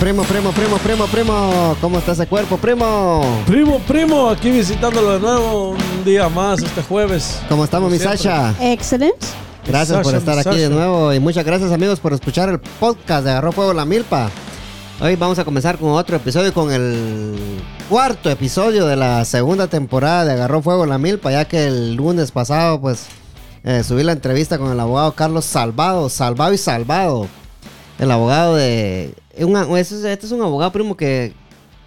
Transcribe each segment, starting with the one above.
Primo, primo, primo, primo, primo. ¿Cómo está ese cuerpo, primo? Primo, primo, aquí visitándolo de nuevo un día más este jueves. ¿Cómo estamos, mi Siempre. Sasha? Excellent. Gracias por Sasha, estar mi aquí de Sasha. nuevo y muchas gracias amigos por escuchar el podcast de Agarró Fuego la Milpa. Hoy vamos a comenzar con otro episodio, con el cuarto episodio de la segunda temporada de Agarró Fuego la Milpa, ya que el lunes pasado pues eh, subí la entrevista con el abogado Carlos Salvado, Salvado y Salvado. El abogado de... un- es- este es un abogado primo que,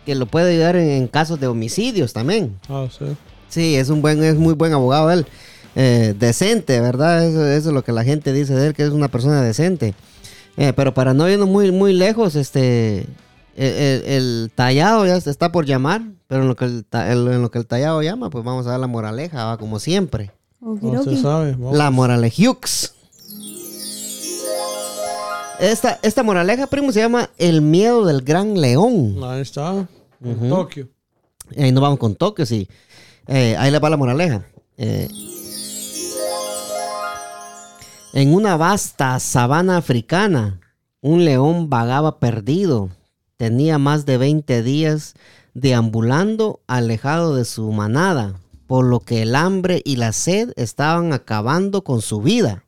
que lo puede ayudar en- en casos de homicidios también. Ah, sí. Sí, es un buen, es muy buen abogado él. Eh, decente, ¿verdad? Eso, eso es lo que la gente dice de él, que es una persona decente. Eh, pero para no irnos muy, muy lejos, este el, el- el tallado ya se está por llamar, pero en lo, que el, ta- en lo- en lo que el tallado llama, pues vamos a dar la moraleja, ¿va? como siempre. No Ah, se Okidoki. sabe. vamos. La moralejiux. Esta, esta moraleja, primo, se llama El miedo del gran león. Ahí está. En Tokio. Ahí nos vamos con Tokio, sí. Eh, ahí le va la moraleja. Eh, en una vasta sabana africana, un león vagaba perdido. Tenía más de 20 días deambulando alejado de su manada, por lo que el hambre y la sed estaban acabando con su vida.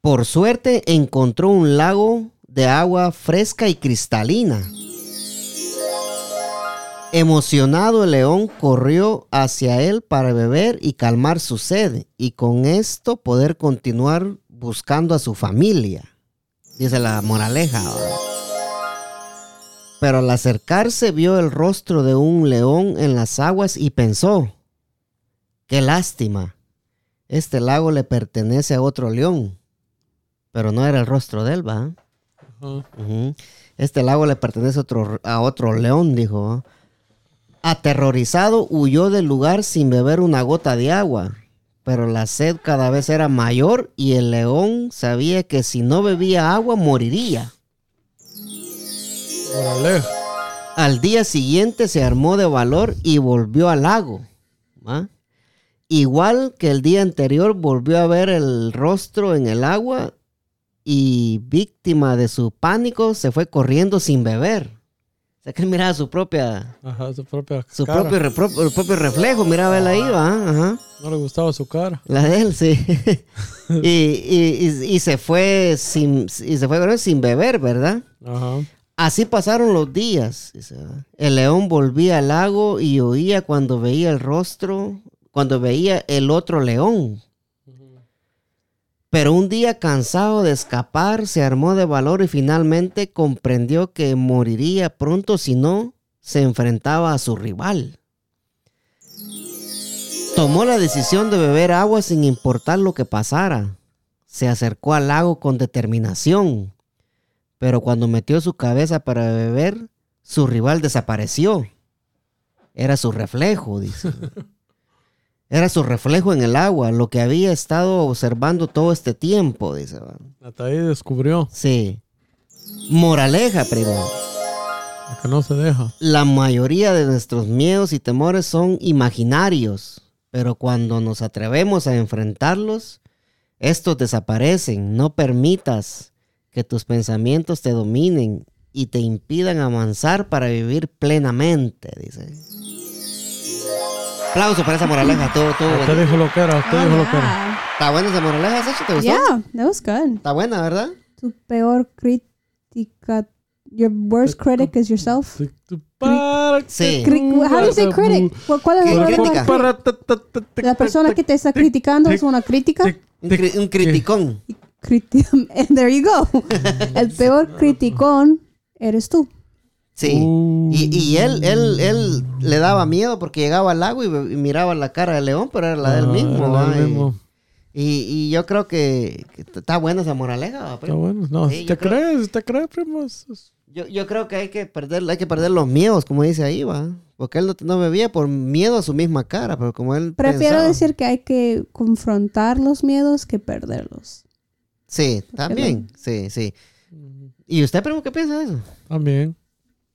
Por suerte encontró un lago de agua fresca y cristalina. Emocionado el león corrió hacia él para beber y calmar su sed y con esto poder continuar buscando a su familia. Dice la moraleja. ¿verdad? Pero al acercarse vio el rostro de un león en las aguas y pensó, qué lástima, este lago le pertenece a otro león. Pero no era el rostro de él, ¿va? Ajá. Ujú. Este lago le pertenece a otro, a otro león, dijo. Aterrorizado, huyó del lugar sin beber una gota de agua. Pero la sed cada vez era mayor y el león sabía que si no bebía agua moriría. Moraleja. Al día siguiente se armó de valor y volvió al lago. ¿va? Igual que el día anterior volvió a ver el rostro en el agua y víctima de su pánico se fue corriendo sin beber. O sea que él miraba su propia, Ajá, su propia su cara. propio, re- propio- propio reflejo, miraba él ahí, ¿va? Ajá. No le gustaba su cara. La de él, sí. y, y- y- y se fue sin, y se fue ¿verdad? sin beber, ¿verdad? Ajá. Así pasaron los días. dice, ¿verdad? El león volvía al lago y oía cuando veía el rostro, cuando veía el otro león. Pero un día cansado de escapar, se armó de valor y finalmente comprendió que moriría pronto si no se enfrentaba a su rival. Tomó la decisión de beber agua sin importar lo que pasara. Se acercó al lago con determinación pero cuando metió su cabeza para beber, su rival desapareció. Era su reflejo, dice. Era su reflejo en el agua, lo que había estado observando todo este tiempo, dice. ¿va? Hasta ahí descubrió Sí. Moraleja, primo. que no se deja. La mayoría de nuestros miedos y temores son imaginarios, pero cuando nos atrevemos a enfrentarlos, estos desaparecen. No permitas que tus pensamientos te dominen y te impidan avanzar para vivir plenamente, dice. Aplauso para esa moraleja, tú, tú. Usted dijo lo que era. Usted dijo lo que era. Ah, ¿Está buena esa moraleja, Sacha? ¿Te gustó? Yeah, that was good. Está buena, ¿verdad? Tu peor crítica. Your worst critic is yourself. Sí, tu par- Sí. Cri- Mm, how do you say critic? ¿Cu- ¿Cuál es la Crítica. palabra? Para- ta- ta- ta- ta- La persona que te está criticando es una crítica. tic, Un, tic, cri- un tic. criticón. Criti- And there you go. El peor criticón eres tú. Sí. Uh. Y, y él, él, él le daba miedo porque llegaba al lago y, ve- y miraba la cara del león, pero era la del Ah, mismo. era ¿va? el Y- mismo. Y, y yo creo que, que t- está buena esa moraleja. ¿va, Está primo? Ah, bueno. No, Pues, Sí, si yo te creo- crees, si te crees, primo. es- es- Yo, yo creo que hay que perder, hay que perder los miedos, como dice ahí, va. Porque él no, no bebía por miedo a su misma cara, pero como él Prefiero pensaba- decir que hay que confrontar los miedos que perderlos. Sí, también, sí, sí. ¿Y usted, primo, qué piensa de eso? También.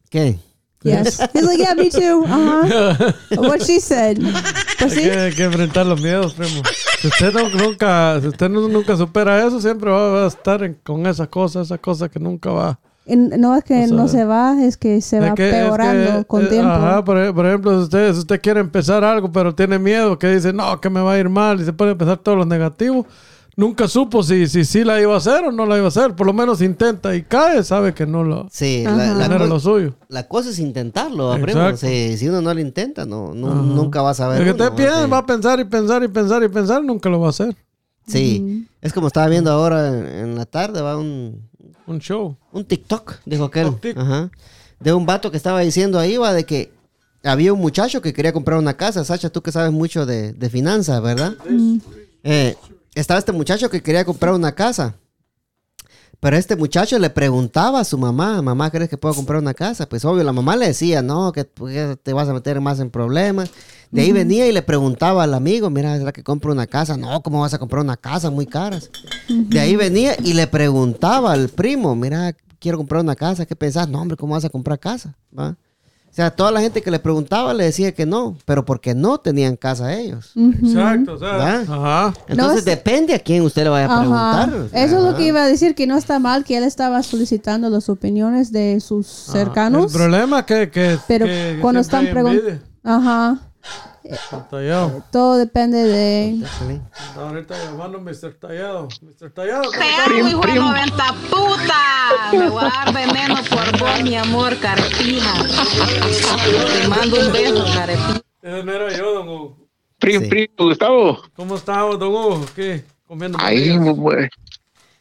¿Qué? Yes. He's like, yeah, me too. Ajá. What she said. Pues Hay sí. que, hay que enfrentar los miedos, primo. Si usted, no- nunca, si usted no- nunca supera eso, siempre va, va a estar en- con esa cosa, esa cosa que nunca va En- No es que O sea, no se va, es que se va Es que- es que, peorando con eh, tiempo. Ajá, por, e- por ejemplo, si usted, si usted quiere empezar algo, pero tiene miedo, que dice, no, que me va a ir mal, y se puede empezar todos los negativos. Nunca supo si, si, sí la iba a hacer o no la iba a hacer. Por lo menos intenta y cae, sabe que no, lo, Sí, la, Ajá. la no era co- lo suyo. la cosa es intentarlo, ¿va, primo. Exacto. Sí, si uno no lo intenta, no, no- nunca va a saber. El que uno, usted piensa, sí. va a pensar y pensar y pensar y pensar, nunca lo va a hacer. Sí, es como estaba viendo ahora en, en la tarde, va un, Un show. un TikTok, dijo aquel. Un tic- Ajá. De un vato que estaba diciendo ahí, va, de que había un muchacho que quería comprar una casa. Sacha, tú que sabes mucho de, de finanzas, ¿verdad? Eh, estaba este muchacho que quería comprar una casa. Pero este muchacho le preguntaba a su mamá, mamá, ¿crees que puedo comprar una casa? Pues obvio, la mamá le decía, no, que que te vas a meter más en problemas. De ahí venía y le preguntaba al amigo, mira, ¿será que compro una casa? No, ¿cómo vas a comprar una casa? Muy caras. De ahí venía y le preguntaba al primo, mira, quiero comprar una casa, ¿qué pensás? No, hombre, ¿cómo vas a comprar casa? ¿Va? O sea, toda la gente que le preguntaba le decía que no, pero porque no tenían casa ellos. Mm, Exacto, o ¿Verdad? Ajá. Entonces es- depende a quién usted le vaya a Ajá. preguntar. Eso es lo que iba a decir, que no está mal que él estaba solicitando las opiniones de sus cercanos, Ah, El problema es que, que, pero que cuando siempre están hay preguntando... envidia. Ajá. Tallado. Todo depende de... Ahorita llamando Mr. Tallado. Mr. Tallado. ¿cómo Sea tu hijo de 90 puta. Me voy a dar veneno por vos, mi amor, carepija. Te mando un beso, carepija. Ese mero yo, don Hugo. Primo, Sí. primo, Gustavo. ¿Cómo estamos, don Hugo? ¿Qué? Comiendo. Ahí, tortillas. bu-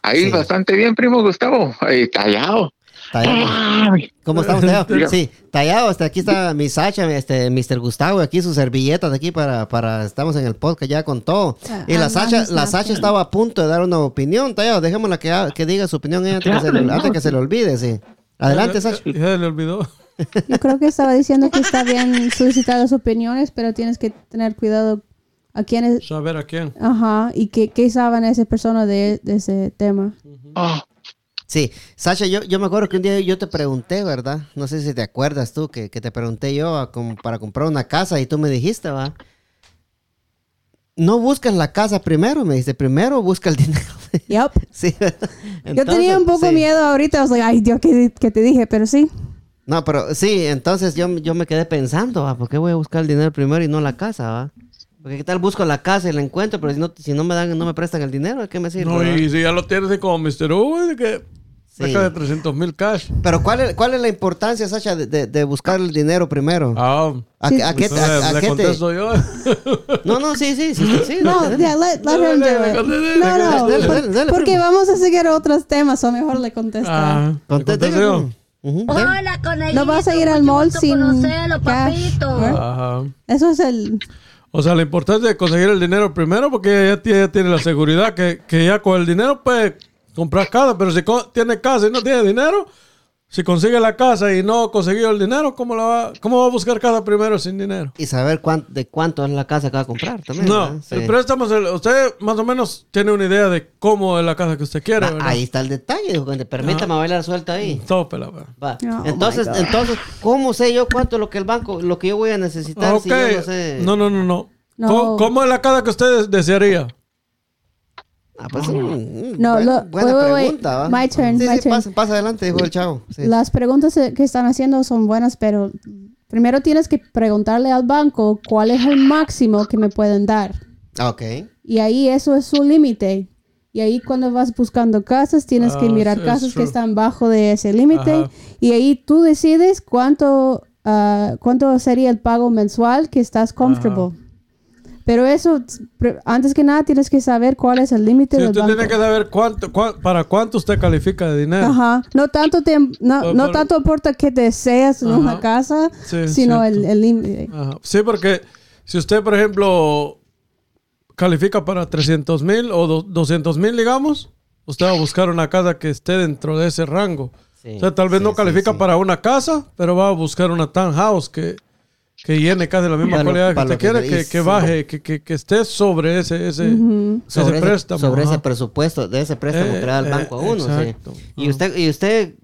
ahí Sí. bastante bien, primo Gustavo. Ahí, tallado. Tallado. Ay, ¿Cómo estamos, Tallado? Diga. Sí, Tallado, hasta aquí está mi Sacha, este, Mr. Gustavo, aquí sus servilletas aquí para, para, estamos en el podcast ya con todo. Ah, Y la ah, Sacha, vamos, la Sacha. Sacha estaba a punto de dar una opinión, Tallado, dejémosla que, ha- que diga su opinión ella antes, que se le, antes que se le olvide, sí. Adelante, Sacha. Ya se le olvidó. Yo creo que estaba diciendo que está bien solicitar las opiniones, pero tienes que tener cuidado a quiénes... Saber a quién. Ajá, y qué, qué saben esa persona de, de ese tema. oh, Sí, Sacha, yo, yo me acuerdo que un día yo te pregunté, ¿verdad? No sé si te acuerdas tú, que, que te pregunté yo a com- para comprar una casa y tú me dijiste, ¿va? No buscas la casa primero, me dijiste, primero busca el dinero. Yup. sí, ¿verdad? Yo tenía Entonces, un poco sí. miedo ahorita, o sea, ay Dios, que, te dije, pero sí. No, pero sí, entonces yo, yo me quedé pensando, ¿va? ¿por qué voy a buscar el dinero primero y no la casa, ¿va? Porque qué tal busco la casa y la encuentro, pero si no, si no me dan, no me prestan el dinero, ¿de qué me sirve? No, verdad? y si ya lo tienes así como Mr. Hugo, de que Sí. saca de 300 mil cash. Pero ¿cuál es, cuál es la importancia, Sacha, de, de- de buscar el dinero primero? Ah, ¿A, a qué, entonces a- a le qué te- contesto yo. No, no, sí, sí, sí, sí, sí, No, dale, dale. yeah, let, let him do it. No, no, Dale, dale, por- dale, dale, porque primo. vamos a seguir otros temas, o mejor le contesta. Ah, le Conté- contesto yo. Ujú, dale. Hola, Conelito. No vas a ir al mucho mall gusto sin conocerlo, cash, papito. ¿verdad? Ajá. Eso es el... O sea, la importancia de conseguir el dinero primero, porque ella ya tiene, ella tiene la seguridad que, que ya con el dinero puede comprar casa, pero si co- tiene casa y no tiene dinero, si consigue la casa y no ha conseguido el dinero, ¿cómo, la va, cómo va a buscar casa primero sin dinero? Y saber cuán- de cuánto es la casa que va a comprar también. No, ¿verdad? Sí. el préstamo, se le- usted más o menos tiene una idea de cómo es la casa que usted quiere, Ah, ¿verdad? ahí está el detalle, dijo, cuando- permítame bailar suelta ahí. Tópela, va. Va. Oh, my entonces, God. entonces, ¿cómo sé yo cuánto es lo que el banco, lo que yo voy a necesitar Ok. si yo no sé? No, no, no, no. No. ¿Cómo, cómo es la casa que usted des- desearía? Ah, pues, mm, mm, No, buena, lo- buena wait, wait, wait. pregunta, ¿va? My turn, Sí, my sí, turn. Pasa, pasa adelante, dijo el chavo. Sí. Las preguntas e-, que están haciendo son buenas, pero primero tienes que preguntarle al banco cuál es el máximo que me pueden dar. Ah, Ok. Y ahí eso es su límite. Y ahí cuando vas buscando casas, tienes que Ah, mirar sí, es casas que true. están bajo de ese límite. Ajá. Y ahí tú decides cuánto, ah, cuánto sería el pago mensual que estás comfortable. Pero eso, pr- antes que nada, tienes que saber cuál es el límite Si del usted banco. tiene que saber cuánto, cuán- para cuánto usted califica de dinero. Ajá. No tanto, te- no, Por- no por- tanto importa que deseas en una Ajá. casa, Sí, sino el- cierto. el límite. Ajá. Sí, porque si usted, por ejemplo, califica para 300 mil o do- 200 mil, digamos, usted va a buscar una casa que esté dentro de ese rango. Sí, o sea, tal vez sí, no sí, califica sí. para una casa, pero va a buscar una townhouse que, que llene casi la misma Para lo- cualidad que para lo usted que quiere, que, queréis, que sí. baje, que, que- que esté sobre ese, ese, ese Sobre, ese, préstamo. sobre ese ajá. presupuesto, de ese préstamo Eh, que le da el eh, banco a uno. sí. exacto. Y usted, y usted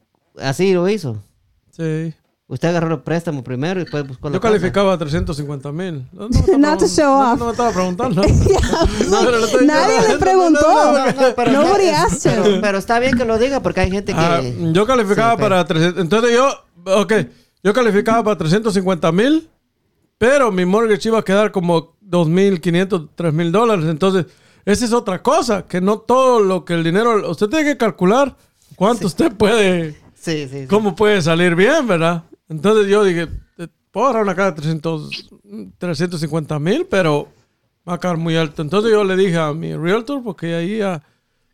así lo hizo. Sí. Usted agarró el préstamo primero y después buscó la Yo casa. calificaba a 350 mil. No, Not to show no, off. no me estaba preguntando. No, Pero lo estoy- nadie no, le no, preguntó. no, No, no, pero, Nobody está, asked him. pero- pero está bien que lo diga porque hay gente que... Ah, yo calificaba Sí, pero- para 300. Entonces yo, ok, yo calificaba para 350 mil, pero mi mortgage iba a quedar como 2.500, 3.000 dólares. Entonces, esa es otra cosa, que no todo lo que el dinero... Usted tiene que calcular cuánto usted puede, Sí, sí, sí. cómo puede salir bien, ¿verdad? Entonces yo dije, eh, puedo ahorrar una casa de 300, 350 mil, pero va a quedar muy alto. Entonces yo le dije a mi realtor, porque ahí ya,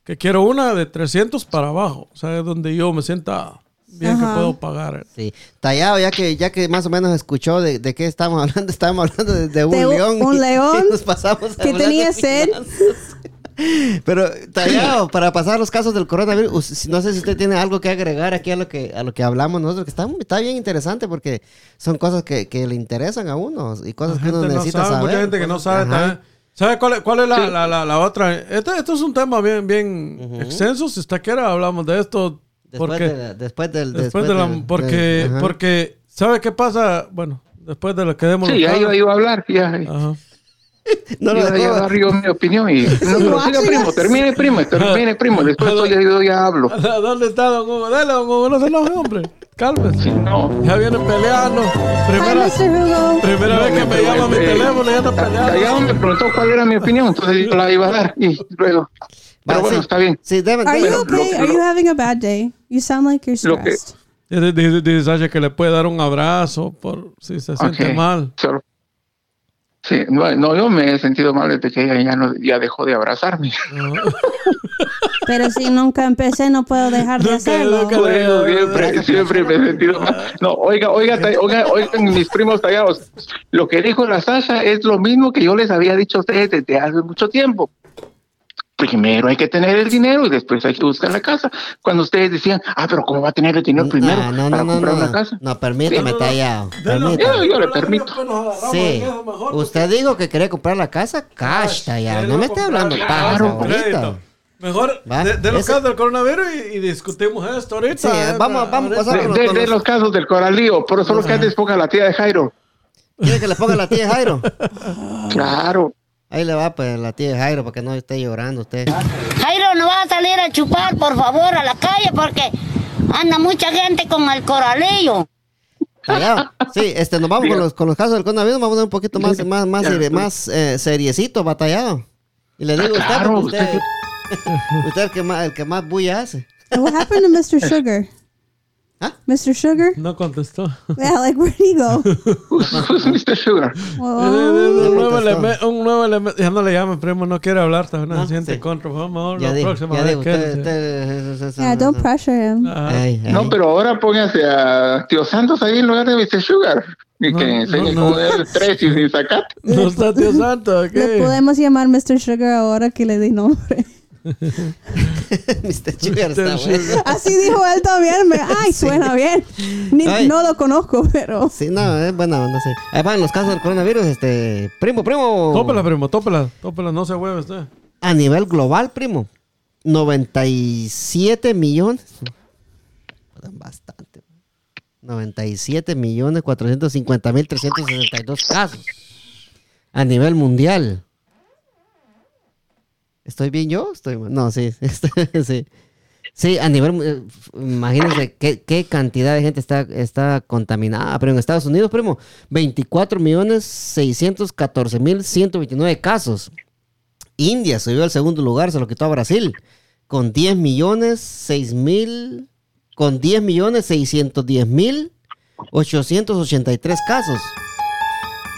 que quiero una de 300 para abajo, o sea, es donde yo me sienta bien Ajá. que puedo pagar. Sí, tallado, ya que, ya que más o menos escuchó de, de qué estábamos hablando, estábamos hablando de, de un De un- león. un león nos pasamos a que hablar de tenía sed. finanzas. Pero, tallado, para pasar los casos del coronavirus, us- si- no sé si usted tiene algo que agregar aquí a lo que, a lo que hablamos nosotros, que está, muy- está bien interesante porque son cosas que, que le interesan a uno y cosas que uno Gente no necesita sabe, saber. mucha gente que no cosas- sabe Ajá. también. ¿Sabe cuál es, cuál es la, la- la- la otra? Este- esto es un tema bien, bien extenso. Si usted quiere, hablamos de esto. Después, porque- de, después del... Después de del- la... Porque, del- ajá. porque ¿sabe qué pasa? Bueno, después de la que demos... Sí, los ya datos. yo iba a hablar, ya. Ajá. No lo iba, iba a dejó. dar yo mi opinión y... No, pero siga, primo, termine, primo, termine, primo. Después yo, ya- yo ya hablo. ¿Dónde está Don Hugo? Dale, Don Hugo, no se enoje, hombre. Si Cálmese. no... Ya viene peleando. Hi, Primera, Mr. Hugo. primera vez que me llama mi teléfono, ya está Allá peleando. me preguntó cuál era mi opinión, entonces yo la iba a dar y luego... Pero Va, bueno, sí. está bien. Sí, deben- Are deben- you okay? Are you having a bad day? You sound like you're Lo que- stressed. Dice, dice- dice Sasha que le puede dar un abrazo por si se siente Ok. mal. Sor- Sí, no, no, yo me he sentido mal desde que ella ya, no, ya dejó de abrazarme. Pero si nunca empecé, no puedo dejar de Nunca, hacerlo. nunca. Bueno, siempre, siempre me he sentido mal. No, oiga, oiga, ta- oiga, oigan mis primos tallados. Lo que dijo la Sasha es lo mismo que yo les había dicho a ustedes desde hace mucho tiempo. Primero hay que tener el dinero y después hay que buscar la casa. Cuando ustedes decían, ah, pero ¿cómo va a tener el dinero primero Ah, No, no, para no, no, comprar una no. casa? No, permítame, tallado. Yo, Permítame. yo le permito. pues, Sí. Usted dijo que quería comprar la casa cash, tallado. No me esté hablando pajas Claro. ahorita. Mejor Va, de, de los ese- casos del coronavirus y, y discutimos esto ahorita. eh, Sí, vamos- vamos a Ahorita. pasar- De, de- de los casos del coralío, pero solo que antes ponga la tía de Jairo. ¿Quiere que le ponga la tía de Jairo? Ah. Claro. Ahí le va, pues, la tía de Jairo, para que no esté llorando usted. Jairo, no va a salir a chupar, por favor, a la calle porque anda mucha gente con el coralillo. Tallado. Sí, este, nos vamos con los, con los casos del coronavirus. Vamos a dar un poquito más, más, más, serie- más eh, seriecito, batallado. Y le digo, a usted, Claro, porque usted, usted es el que más, el que más bulla hace. And What happened to Mr. Sugar? Huh? Mr. Sugar? No contestó. Yeah, like where'd he go? Who's, who's Mr. Pues, Sugar? Well, Eh, eh, eh, un, nuevo contestó. eleme- un nuevo elemento. Ya no le llamen, primo. No quiere hablar. También No, se siente sí. contra. Por favor, Ya la digo, próxima ya vez. Ah, digo, usted, eh. quédese. usted- usted- usted- yeah, don't pressure him. Ajá. Ay, ay. No, pero ahora póngase a Tío Santos ahí en lugar de Mr. Sugar. Y No, que no, enseñe no. cómo es tres y sin sacate. No está Dios santo. ¿qué? Le podemos llamar Mr. Sugar ahora que le di nombre. Mr. Sugar Mr. está bueno. Sugar. Así dijo él también. me- Ay, suena bien. Ni- Ay. No lo conozco, pero. Sí, no, es buena onda, sí. Ahí van los casos del coronavirus, este... Primo, primo. Tópela, primo. Tópela. Tópela. No se hueve usted. A nivel global, primo. 97 millones. Fueron Bastante. 97 millones 450 mil 362 casos. A nivel mundial. ¿Estoy bien yo? Estoy mal. No, sí. estoy- sí. Sí, a nivel. mu- eh, f- Imagínense qué, qué cantidad de gente está, está contaminada. Pero en Estados Unidos, primo, 24 millones 614 mil 129 casos. India subió al segundo lugar, se lo quitó a Brasil. Con 10 millones 6 mil. Con 10 millones 610 mil 883 casos.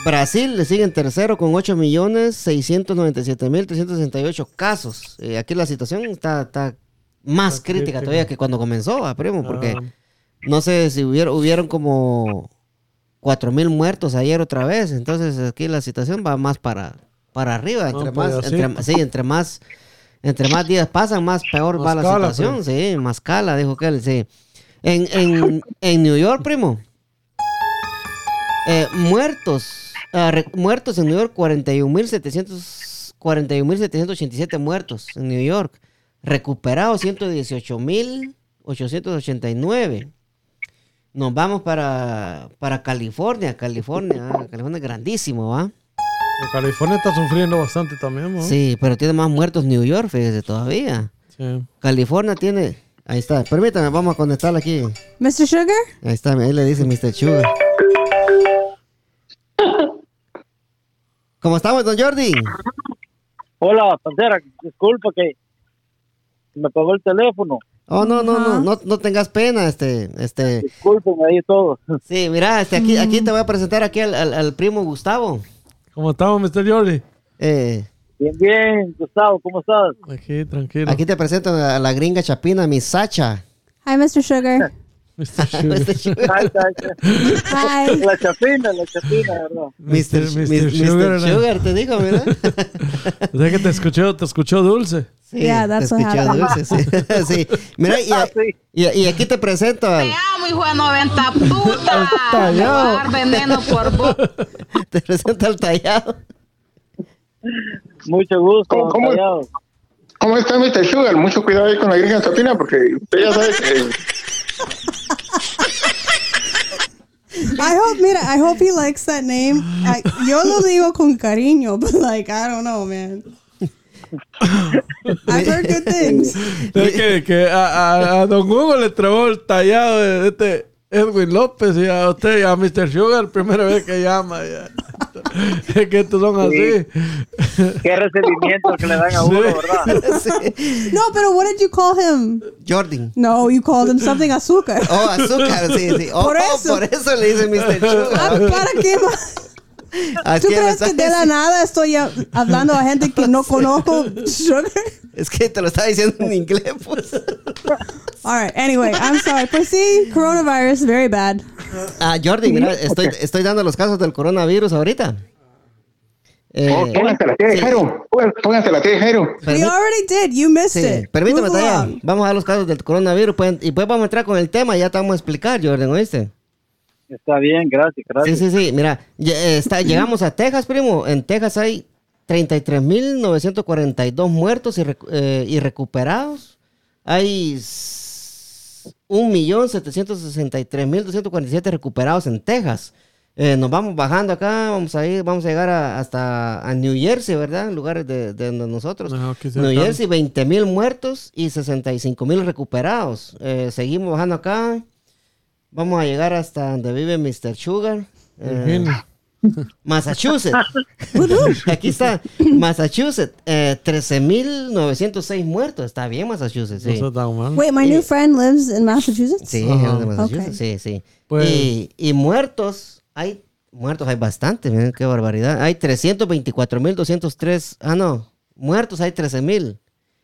Brasil le sigue en tercero con 8 millones 697 mil 368 casos. Eh, aquí la situación está, está más Está crítica, crítica. todavía que cuando comenzó, ah, primo, porque Ah. no sé si hubiera- hubieron como 4 mil muertos ayer otra vez. Entonces aquí la situación va más para, para arriba. Más Entre para más, allá, entre, sí, entre más, entre más días pasan, más peor Más va la cala, pues. situación. Sí, más cala, dijo que él, sí. En, en, en New York, primo. eh, muertos. ah, re- muertos en New York, 41.700 41.787 muertos en New York. Recuperados 118.889. Nos vamos para, para California, California, ah, California es grandísimo, ¿va? Pero California está sufriendo bastante también, ¿no? Sí, pero tiene más muertos New York, fíjese, todavía. Sí. California tiene... Ahí está, permítame, vamos a conectarla aquí. Mr. Sugar? Ahí está, ahí le dice Mr. Sugar. ¿Cómo estamos, don Jordi? Hola, Pantera, disculpa que me apagó el teléfono. Oh, no, no, no, no, no tengas pena, este, este. Disculpen ahí todos. Sí, mira, este, aquí, aquí te voy a presentar aquí al, al- al primo Gustavo. ¿Cómo estamos, Mr. Jordi? Eh, Bien, bien, Gustavo, ¿cómo estás? Aquí, tranquilo. aquí te presento a la gringa chapina, mi Sacha. Hi, Mr. Sugar. Mr. Sugar. Ay, ay, ay. Hi. La chapina, la chapina, ¿verdad? Mr. Mr. Sugar, Sugar, ¿no? te digo, mira. O sea que te escuchó, te escuchó dulce. Sí, Yeah, te that's what escuché happened. dulce, sí. sí. Mira, y, eh, Ah, sí. y- y aquí te Te presento al, amo, hijo de 90 puta. Hasta Te yo. voy a dar veneno por vos. te presento al tallado. Mucho gusto, ¿Cómo- cómo? Callao. ¿Cómo está Mr. Sugar? Mucho cuidado ahí con la gringa chapina porque usted ya sabe que... I hope, mira, I hope he likes that name. I- yo lo digo con cariño, but like, I don't know, man. I've heard good things. Es que, que a, a- a don Hugo le trabó el tallado de este Edwin López y a usted y a Mr. Sugar, primera vez que llama. ya. Es que estos son así. Qué recibimiento que le dan a uno, Sí. ¿verdad? Sí. No, pero what did you call him? Jordan. No, you called him something azúcar. Oh, azúcar, sí, sí. Oh, oh, Por por, eso. eso. le dice Mr. Ah, Sugar. ¿Para qué más? Así ¿Tú es, crees que ¿sabes? de la nada estoy a- hablando a gente que no conozco? Sugar? Es que te lo estaba diciendo en inglés, pues. All right, anyway, I'm sorry. Pues sí, coronavirus, very bad. Ah, Jordi, mira, estoy, estoy dando los casos del coronavirus ahorita. Eh, Oh, pónganse la tía de sí. Jairo. Pónganse la tía de Jairo. We Permí- already did. You missed sí, it. permíteme, Move Taya, along. Vamos a dar los casos del coronavirus pues, y pues vamos a entrar con el tema. Ya te vamos a explicar, Jordan, ¿oíste? Está bien, gracias, Sí, gracias. sí, sí. Mira, ya, eh, está, llegamos a Texas, primo. En Texas hay 33.942 muertos y, recu- eh, y recuperados. Hay s- 1.763.247 recuperados en Texas. Eh, nos vamos bajando acá, vamos a ir, vamos a llegar a- hasta a New Jersey, ¿verdad? Lugares de, de donde nosotros. Ajá, aquí cerca. New Jersey, 20 mil muertos y 65 mil recuperados. Eh, seguimos bajando acá. Vamos a llegar hasta donde vive Mr. Sugar. Eh, Virginia. Massachusetts. Aquí está. Massachusetts. eh, 13.906 muertos. Está bien, Massachusetts. No Sí, está tan mal. Wait, my new friend lives in Massachusetts? sí, Ajá. es de Massachusetts. Ok. Sí, sí. Pues- Y, y muertos. Hay muertos, hay bastante. miren qué barbaridad. Hay 324.203. Ah, no. Muertos hay 13.000.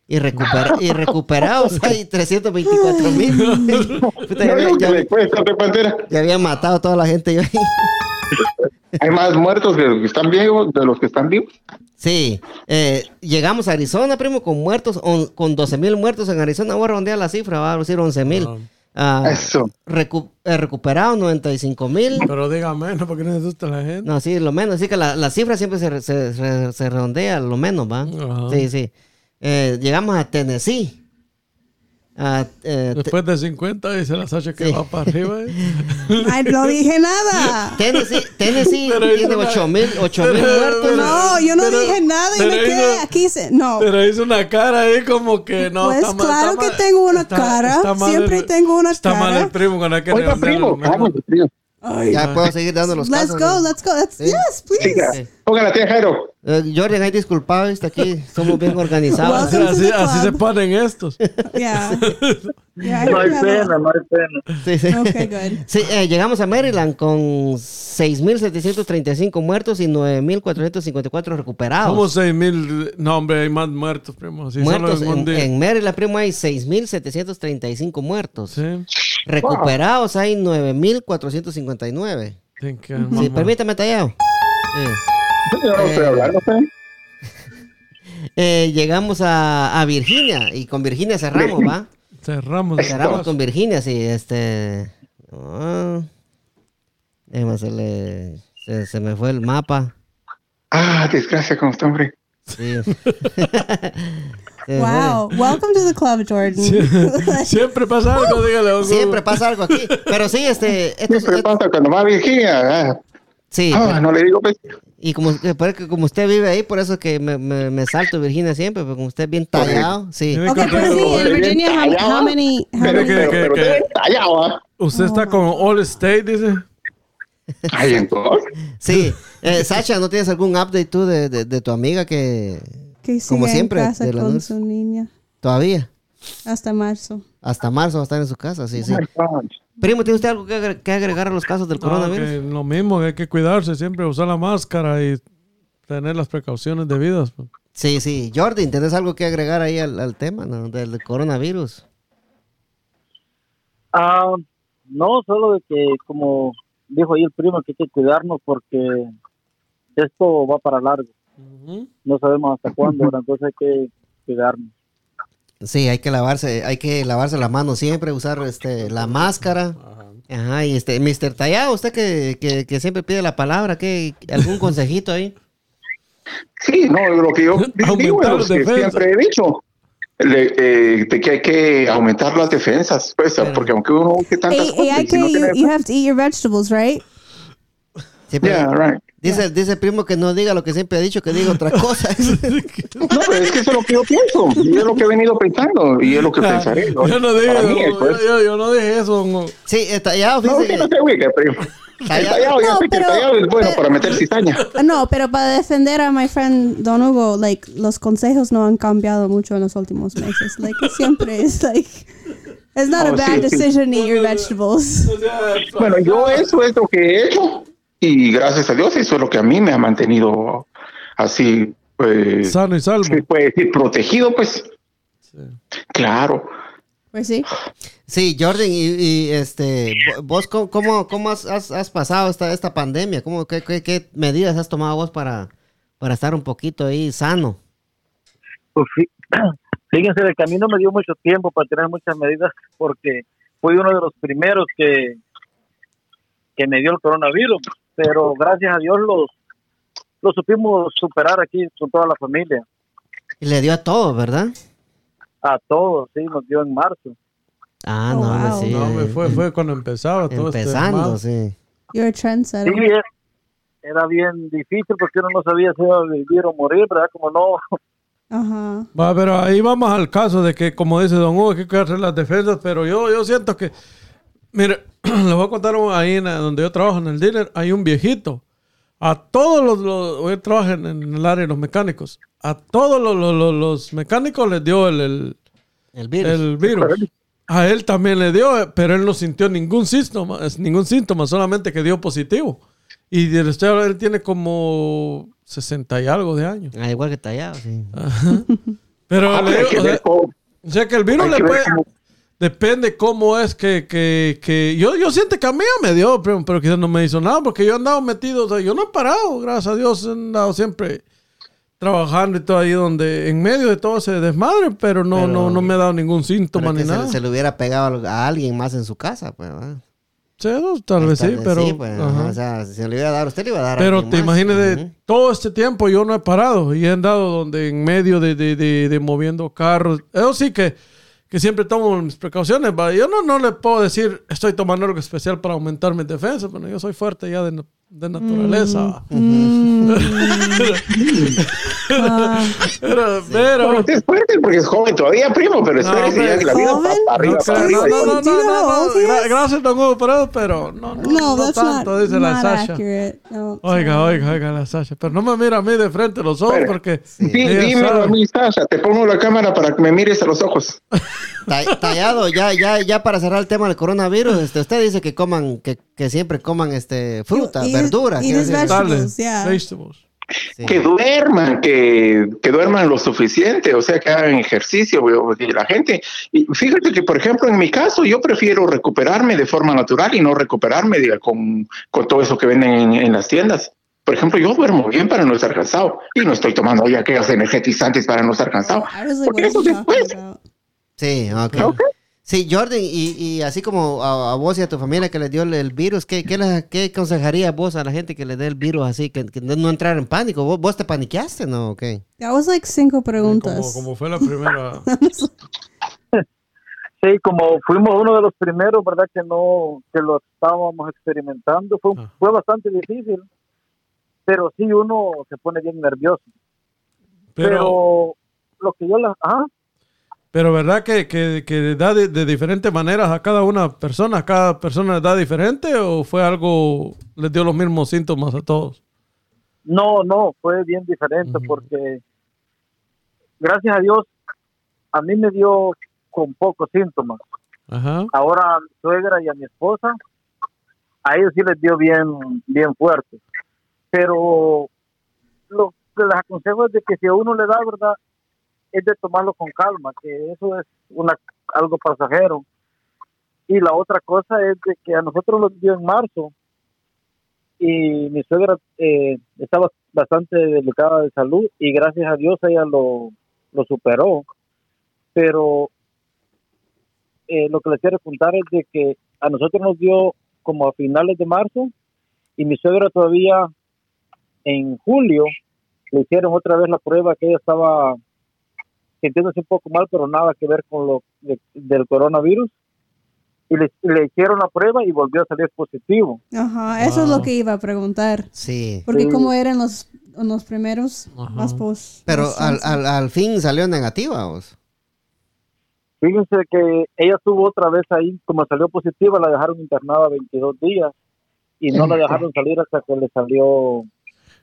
Y, recupera- y recuperados hay 324.000. Puta, ya No había- digo que ya- le cuesta, pe, Pantera. ya había matado a toda la gente yo ahí. Hay más muertos de los que están vivos, de los que están vivos. Sí, eh, llegamos a Arizona, primo, con muertos, on- con 12 mil muertos en Arizona. Voy a redondear la cifra, va a decir 11 mil. Ah, Eso. recu- eh, recuperados 95 mil. Pero dígame, ¿no? ¿Por qué no asusta la gente? No, sí, lo menos. Así que la, la cifra siempre se, re- se- se- se redondea, lo menos, ¿va? Ajá. Sí, sí. Eh, llegamos a Tennessee. A, eh, te- Después de 50 dice la Sacha que Sí. va para arriba. ¿eh? I este- no dije nada. Tennessee, Tennessee Pero hizo tiene una- 8 mil Pero- muertos. No, yo no Pero- dije nada y pero me quedé hizo- aquí. se- No. Pero hizo una cara ahí como que no. Pues está mal, claro está que mal. tengo una Está- cara, está mal siempre el- tengo una Está mal cara. el primo con aquel Oiga, primo. vamos, tío. Ay, Ya puedo seguir dando los let's casos. go, let's go. Let's, Yes, please. Chica, ponga la tía Jairo. Eh, Jordan, hay disculpado, está aquí. Somos bien organizados. Welcome to Así, the así se club. ponen estos. Yeah. yeah I No hay think I'm- pena, no hay pena. Sí, sí. Okay, good. Sí, eh, llegamos a Maryland con 6.735 muertos y 9.454 recuperados. Somos 6 mil. No, hombre, hay más muertos, primo. Sí, muertos solo en un en, día. en Maryland, primo, hay 6.735 muertos. Sí. Recuperados hay 9.459. Thank you, Sí, mamá. permítame, Eh, Tallado. Sí. Yo no estoy hablando, ¿eh? Eh, llegamos a, a Virginia y con Virginia cerramos, ¿va? Cerramos. Cerramos con Virginia, sí, este... ah, déjame hacerle- Se, se me fue el mapa. este Ah, desgracia, como está, hombre. Sí. Te Wow. Welcome to the club, Jordan. Siempre pasa algo, dígale. don juro. Google. Siempre pasa algo aquí. Pero sí, este. estos- Siempre estos- pasa cuando va a Virginia. ah, sí, ah, no le digo, pues, y como, que parece que como usted vive ahí, por eso es que me, me- me salto Virginia siempre, porque como usted es bien tallado, sí. Tiene que- Okay, pero sí, in Virginia, how, how many? How pero, Pero many que- que- pero, pero que- te ves tallado, ah. Usted está con All State, dice. Ah, Ay, entonces. Sí. Eh, Sacha, ¿no tienes algún update tú de, de- de tu amiga que que como sigue siempre, en casa de la con luz. su niña todavía hasta marzo. hasta marzo va a estar en su casa? Sí, sí. Primo, ¿tiene usted algo que, agre- que agregar a los casos del No, coronavirus? que lo mismo, hay que cuidarse siempre, usar la máscara y tener las precauciones debidas. pues. Sí, sí. Jordan, ¿tienes algo que agregar ahí al, al tema no? del coronavirus? Ah, no, solo de que, como dijo ahí el primo, que hay que cuidarnos porque esto va para largo. No sabemos hasta cuándo, ¿verdad? entonces hay que cuidarnos. Sí, hay que lavarse, hay que lavarse la mano siempre, usar este la máscara. Ajá, y este, Mr. Tallado, usted que, que, que siempre pide la palabra, ¿qué, ¿algún consejito ahí? Sí, no, lo que yo digo es Aumentar lo las que defensas. siempre he dicho. Le- eh, de que hay que aumentar las defensas, pues, Pero- porque aunque uno que Y, tantas y cosas, Eh, hay y si que, no you, tiene- you have to eat your vegetables, right? Siempre- Yeah, right. dice, dice el primo que no diga lo que siempre ha dicho, que diga otra cosa. No, pero es que eso es lo que yo pienso, y es lo que he venido pensando, y es lo que pensaré. ¿no? Yo Ah, no dije, Para mí, no, pues. yo, yo- yo no dije eso. no. sí, el Tallado, No, fíjese usted no que- se ubique, primo. El tallado, yo No, sé que el pero- tallado es bueno pero- para meter cizaña. No, pero para defender a my friend Don Hugo, like los consejos no han cambiado mucho en los últimos meses. Like siempre es like it's not a Oh, bad sí, sí. decision to eat your vegetables. O sea, Bueno, yo eso es lo que he hecho, y gracias a Dios eso es lo que a mí me ha mantenido así, pues, Sano y salvo. se puede decir, protegido, pues. Claro. Pues sí. Sí, Jordan, y, y, este, vo- vos co- cómo, cómo has, has- has pasado esta, esta pandemia? ¿Cómo, qué, qué- qué medidas has tomado vos para, para estar un poquito ahí sano? Pues fí- fíjense, de que a mí no me dio mucho tiempo para tener muchas medidas porque fui uno de los primeros que, que me dio el coronavirus, pero gracias a Dios los lo supimos superar aquí con toda la familia, Y le dio a todo, ¿verdad? a todos, sí, nos dio en marzo. Ah, Oh, no, hombre, wow. sí. No, me eh, fue, fue cuando empezaba todo este Empezando, desmadre. sí. You're a Sí, trendsetter. era- era bien difícil porque uno no sabía si iba a vivir o morir, ¿verdad? Como no, Ajá. Va, pero ahí vamos al caso de que, como dice Don Hugo, hay que cuidarse las defensas, pero yo, yo siento que, mire, les voy a contar un- ahí en, donde yo trabajo en el dealer, hay un viejito. A todos los, los- yo trabajo en, en el área de los mecánicos, a todos los, los- los- los mecánicos les dio el, el- El virus. el virus. A él también le dio, eh, pero él no sintió ningún síntoma, es- ningún síntoma, solamente que dio positivo. Y de este lado, él tiene como 60 y algo de años. Ah, igual que tallado, sí. Ah, Pero Ah, le pero hay digo, que o ver sea, cómo- o sea que el virus hay le que ver puede- cómo- Depende cómo es que, que, que- yo, yo siento que a mí ya me dio, pero, pero quizás no me hizo nada porque yo andaba metido, o sea, yo no he parado, gracias a Dios, he andado siempre trabajando y todo ahí donde, en medio de todo ese desmadre, pero no, Pero- no, no me ha dado ningún Pero síntoma ni que se, nada. le- se le hubiera pegado a alguien más en su casa, pues, ¿verdad? Sí, no, tal vez sí, pero... Sí, pues, ajá, ajá. O sea, si se le hubiera dado a usted, le iba a dar a Pero alguien te más. imaginas, de Ujú. todo este tiempo yo no he parado y he andado donde en medio de, de, de- de moviendo carros. Eso sí que, que siempre tomo mis precauciones. ¿va? Yo no, no le puedo decir, estoy tomando algo especial para aumentar mis defensas. Bueno, yo soy fuerte ya de, na- de naturaleza. Mm. pero, pero, Bueno, usted es fuerte porque es joven todavía, primo, pero No, espérese, hombre, ya que la vida joven. va para arriba, no, para creo- arriba. no, no, no, Do you know no, how no, old he gra- is? gracias, don Hugo, pero, pero no, no, No, no that's tanto, not, dice la not Sasha. accurate. No. Oiga, oiga, oiga la Sasha, pero no me mira a mí de frente los ojos Bueno, porque... Sí, ella dímelo a sabe. mí, Sasha, te pongo la cámara para que me mires a los ojos. Ta- tallado, ya, ya, ya para cerrar el tema del coronavirus, este, usted dice que coman, que, que siempre coman este fruta, Y- y- verdura. y quiero es decir. veg- Dale, Vegetables, yeah. vegetables. Sí. Que duerman, que, que duerman lo suficiente, o sea, que hagan ejercicio, güey, porque la gente... Y fíjate que, por ejemplo, en mi caso, yo prefiero recuperarme de forma natural y no recuperarme diga, con, con todo eso que venden en, en las tiendas. Por ejemplo, yo duermo bien para no estar cansado y no estoy tomando ya aquellos energizantes para no estar cansado. I was like, Porque what are eso you talking después about? Sí, ok. Ok. Sí, Jordan, y, y así como a, a vos y a tu familia que les dio el, el virus, ¿qué, qué, les- qué aconsejarías vos a la gente que le dé el virus así, que, que no entrar en pánico? ¿Vos, vos te paniqueaste, no? ¿O qué? That was like cinco preguntas. Como, como fue la primera. Sí, como fuimos uno de los primeros, ¿verdad? Que no, que lo estábamos experimentando, fue, un- Ah. fue bastante difícil, pero sí uno se pone bien nervioso. Pero, Pero, lo que yo la... ah, Ajá, pero verdad que, que, que da de, de diferentes maneras a cada una persona, cada persona les da diferente o fue algo, les dio los mismos síntomas a todos. no, no, fue bien diferente Ujú. porque, gracias a Dios, a mí me dio con pocos síntomas. Ajá. Ahora a mi suegra y a mi esposa, a ellos sí les dio bien, bien fuerte. Pero lo que les aconsejo es de que si a uno le da, ¿verdad? Es de tomarlo con calma, que eso es una, algo pasajero. Y la otra cosa es de que a nosotros nos dio en marzo y mi suegra eh, estaba bastante delicada de salud y gracias a Dios ella lo, lo superó. Pero eh, lo que les quiero contar es de que a nosotros nos dio como a finales de marzo y mi suegra todavía en julio le hicieron otra vez la prueba que ella estaba sintiéndose un poco mal, pero nada que ver con lo de- del coronavirus. Y le, le hicieron la prueba y volvió a salir positivo. Ajá, eso es Wow. lo que iba a preguntar. Sí. Porque Sí. como eran los, los primeros, Ajá. más pos... Pero más al, chance. al, al fin salió negativa, vos. Fíjense que ella estuvo otra vez ahí, como salió positiva, la dejaron internada 22 días y no la dejaron salir hasta que le salió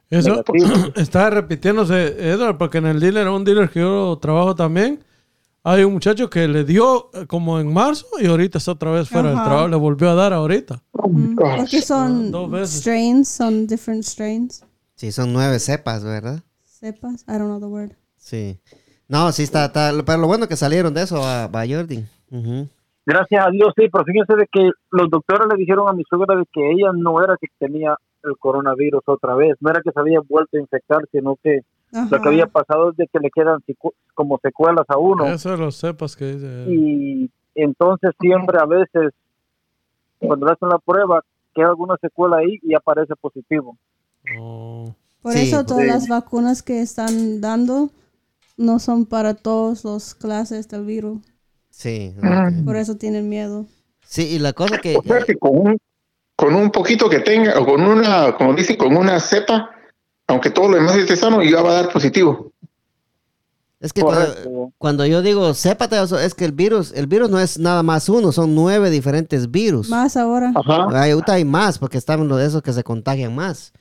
Eso Negativo. está repitiéndose, Edward, porque en el dealer, un dealer que yo trabajo también, hay un muchacho que le dio eh, como en marzo y ahorita está otra vez fuera del Ajá. trabajo, le volvió a dar ahorita. Mm, Porque Ah, dos son veces. strains, son different strains. Sí, son nueve cepas, ¿verdad? Sepas, I don't know the word. Sí. No, sí está, está- pero lo bueno que salieron de eso va, va Jordan. Ujú. Gracias a Dios, sí, pero fíjense de que los doctores le dijeron a mi suegra de que ella no era que tenía el coronavirus otra vez, no era que se había vuelto a infectar, sino que Ajá. lo que había pasado es de que le quedan secu- como secuelas a uno Eso lo sepas que dice. y entonces siempre a veces cuando le hacen la prueba queda alguna secuela ahí y aparece positivo. Oh. Por Sí, eso todas sí. las vacunas que están dando no son para todos los clases del virus. Sí. ok. Por eso tienen miedo. Sí, y la cosa que... O sea que con un, con un poquito que tenga, o con una, como dicen, con una cepa, aunque todo lo demás esté sano, ya va a dar positivo. Es que cuando, Correcto. cuando yo digo sépate, o sea, es que el virus, el virus no es nada más uno, son nueve diferentes virus. Más ahora. Ah. Ajá. Ay, ahorita hay más porque están los de esos que se contagian más.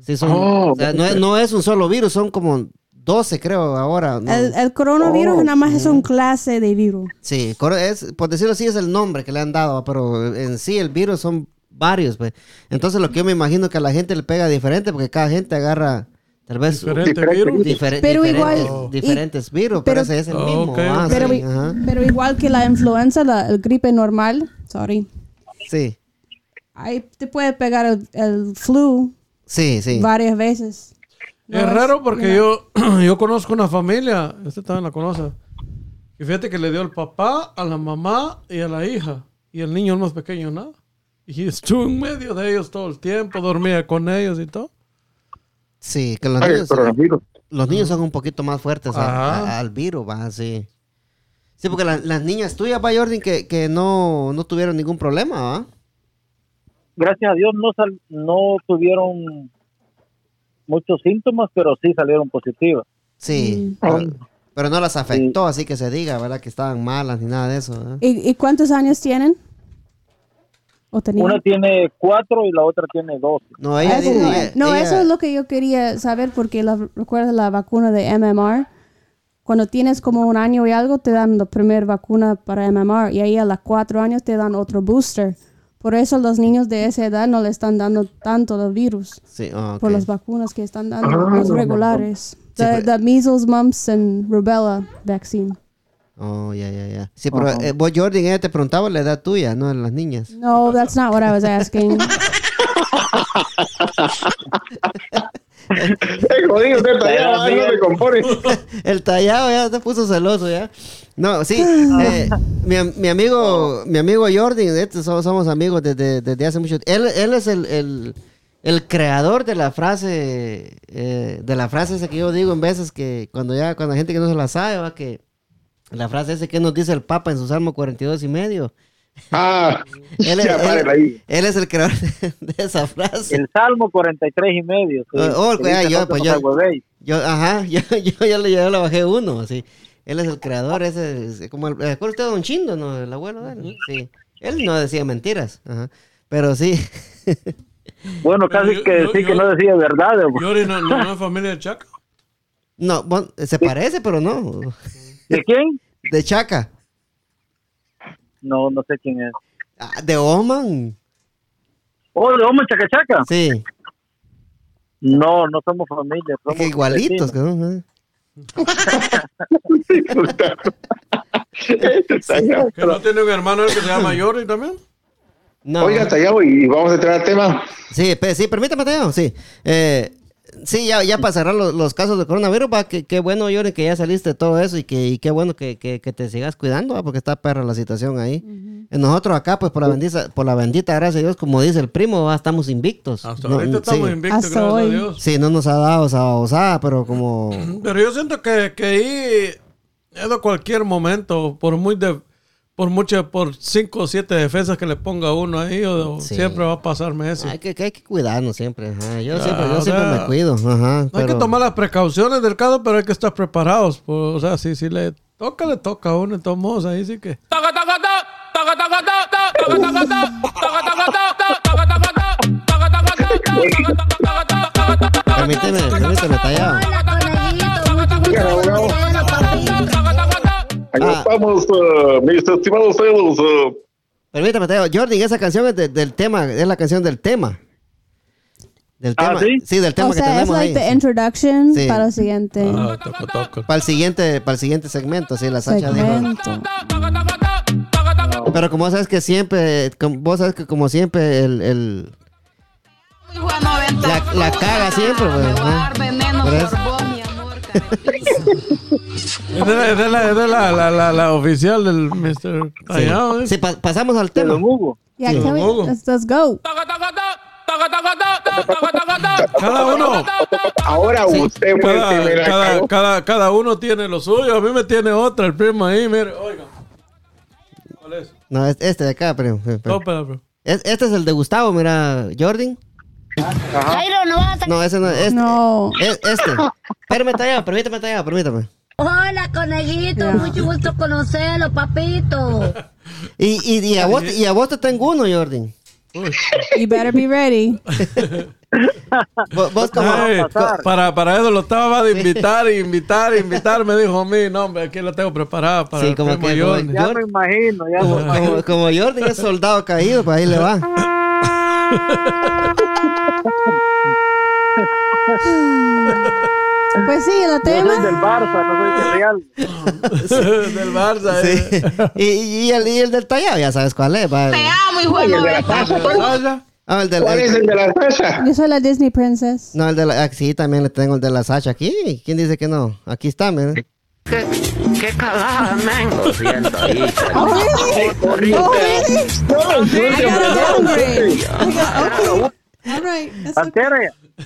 Sí, son- Oh, o sea, no, es, no es un solo virus, son como 12 creo ahora. ¿no? El, el coronavirus Oh, nada más es un clase de virus. Sí, cor- es, por decirlo así, es el nombre que le han dado, pero en sí el virus son varios. Pues. Entonces lo que yo me imagino que a la gente le pega diferente porque cada gente agarra tal vez Diferente Diferente virus. virus. difere- Pero diferentes, igual- diferentes virus, pero, pero- ese es el Oh, mismo. ok, ah, ok. sí, Pero, i- ajá. pero igual que la influenza, la el gripe normal, sorry, sí, ahí te puede pegar el, el flu sí, sí. varias veces. No es raro porque you know, yo, yo conozco una familia, usted también la conoce, y fíjate que le dio al papá, a la mamá y a la hija, y el niño el más pequeño nada. Y estuvo en medio de ellos todo el tiempo, dormía con ellos y todo. Sí, que los Ay, niños, el coronavirus. los niños son un poquito más fuertes a- Ajá. a- al virus, va, sí. Sí, porque la- las niñas tuyas, va, Jordan, que, que no, no tuvieron ningún problema, ¿va? gracias a Dios no sal- no tuvieron muchos síntomas, pero sí salieron positivas. Mm, Sí. Pero, pero no las afectó, así que se diga, ¿verdad? Que estaban malas ni nada de eso, ¿verdad? ¿Y, y cuántos años tienen? ¿O tenían? Una tiene cuatro y la otra tiene dos. No, ella, Ah, eso no, ella- no, ella- eso es lo que yo quería saber porque la, recuerda la vacuna de MMR. Cuando tienes como un año y algo, te dan la primera vacuna para MMR y ahí a los cuatro años te dan otro booster. Por eso los niños de esa edad no le están dando tanto el virus Sí, ah, ok. Ah, por las vacunas que están dando, los regulares. Sí, The, pero- the measles, mumps and rubella vaccine. Oh, ya, ya, ya. Sí, pero eh, vos, Jordan, ella te preguntaba la edad tuya, no de las niñas. No, that's not what I was asking. Eh, jodido, usted tallado, ah, no me compone. El tallado ya se puso celoso ya. No, sí. eh, mi, am- mi amigo, Oh. mi amigo Jordi, de este, so- somos amigos desde, desde hace mucho tiempo. Él, él es el, el- el creador de la frase, eh, de la frase esa que yo digo en veces que cuando ya, cuando la gente que no se la sabe, va que la frase esa que nos dice el Papa en su Salmo 42 y medio. Ah, Él, es- ya, párela ahí. él- él es el creador de esa frase. El Salmo 43 y medio. que- Ah, oh, que pues, ah, dice, yo, "No te pues, yo- huevéis". Yo, ajá, yo, yo, yo le, yo le bajé uno, así. Él es el creador, ese es como el, ¿se acuerda usted de Don Chindo, no? El abuelo de él, sí. Él no decía mentiras, ajá. Pero sí, Bueno, Pero casi yo- que yo- decir yo- que no decía verdad. ¿eh? ¿o? Yori no, no, no es familia de Chaca. no, bon- se parece, pero no. ¿De quién? De Chaca, No, no sé quién es. Ah, de Oman, Oh, de Homo Chacachaca. sí, No, no somos familia. es Somos que igualitos, vecinos. ¿no? Este tallado. Que no tiene un hermano él que se llama Yori también. No. Oiga, tallado, y vamos a entrar al tema. Sí, pe- sí, permítame, Teo, sí. Eh, sí, ya, ya para cerrar los, los casos de coronavirus, va, que- qué bueno, Yori, que ya saliste de todo eso y que y qué bueno que, que- que te sigas cuidando, va, porque está perra la situación ahí. Eh, Nosotros acá, pues por la bendita, por la bendita gracia de Dios, como dice el primo, va, estamos invictos. Hasta No, ahorita mm, estamos sí. invictos, Hasta gracias a hoy. Dios. Sí, no nos ha dado esa babosada, pero como... Pero yo siento que, que ahí es de cualquier momento, por muy de, por muchas, por cinco o siete defensas que le ponga uno ahí, o- Sí. siempre va a pasarme eso. Hay que, que hay que cuidarnos siempre. ajá. Yo Ah, siempre, yo o siempre sea, me cuido. Ajá, No Hay que pero- tomar las precauciones del caso, pero hay que estar preparados. pues, o sea, si, si le toca, le toca a uno, de todos modos, ahí sí que. Permíteme, permíteme, tallado. Aquí Ah. estamos, eh, mis estimados todos. eh, Permítame, Teo. Jordi, esa canción es de- del tema, es la canción del tema. Del Ah, tema. ¿sí? del tema O que sea, es tenemos like the ahí. introduction Sí. para el siguiente Ah, toca, toca. Para el siguiente, para el siguiente segmento, sí, la Sacha dijo. segmento. Pero como vos sabes que siempre, como- vos sabes que como siempre el, el- La- la caga siempre, pues, Me voy a dar ¿no? veneno Por por eso. vos, mi amor, carepija. Es de la, es de la, es de la, la, la, la oficial del Mr. Tallado. ¿eh? Sí, pa- pasamos al De tema. Don Hugo. Yeah, Sí. can we, Oh. Hugo. let's, let's go. Cada uno, Ahora usted fue el que me cada, la cada, cagó. cada, cada uno tiene lo suyo. A mí me tiene otra, el primo ahí, mire, oiga. ¿Cuál es? No, es- este de acá, pero, pero- Oh. No, espera, espera. es- este es el de Gustavo, mira, Jordi. Jairo, no vas a... No, ese no, este. No. Es, este. Espérame, Tallado, permíteme, Tallado, permítame. Hola, conejito, mucho gusto conocerlo, papito. Y, y, y a vos, y a vos te tengo uno, Jordi. You better be ready. Vos, vos como, Ay, pasar. para, para eso lo estaba de invitar, invitar, invitar. Me dijo a mí, no, hombre, aquí la tengo preparada para Sí, el como primo que Johnny". voy. Ya me imagino, ya me imagino. como, como Jordi es soldado caído, pues ahí le va. Pues sí, el Yo soy del tema. Barça, no soy del Real. del Barça. Sí. eh. Y, y el, y el del tallado, ya sabes cuál es. va. Te amo, hijo de Oye, la de la ventaja. taza, ¿cuál- Barça. Ah, el del. ¿Cuál el- es el de la taza? Yo soy la Disney princess. no, el de la. ah, Sí, también le tengo el de la Sacha aquí. ¿Quién dice que no? Aquí está, miren. Oh, really? Oh, really? I got a downgrade. I got, okay. All right. Ah. That's okay. Pantera,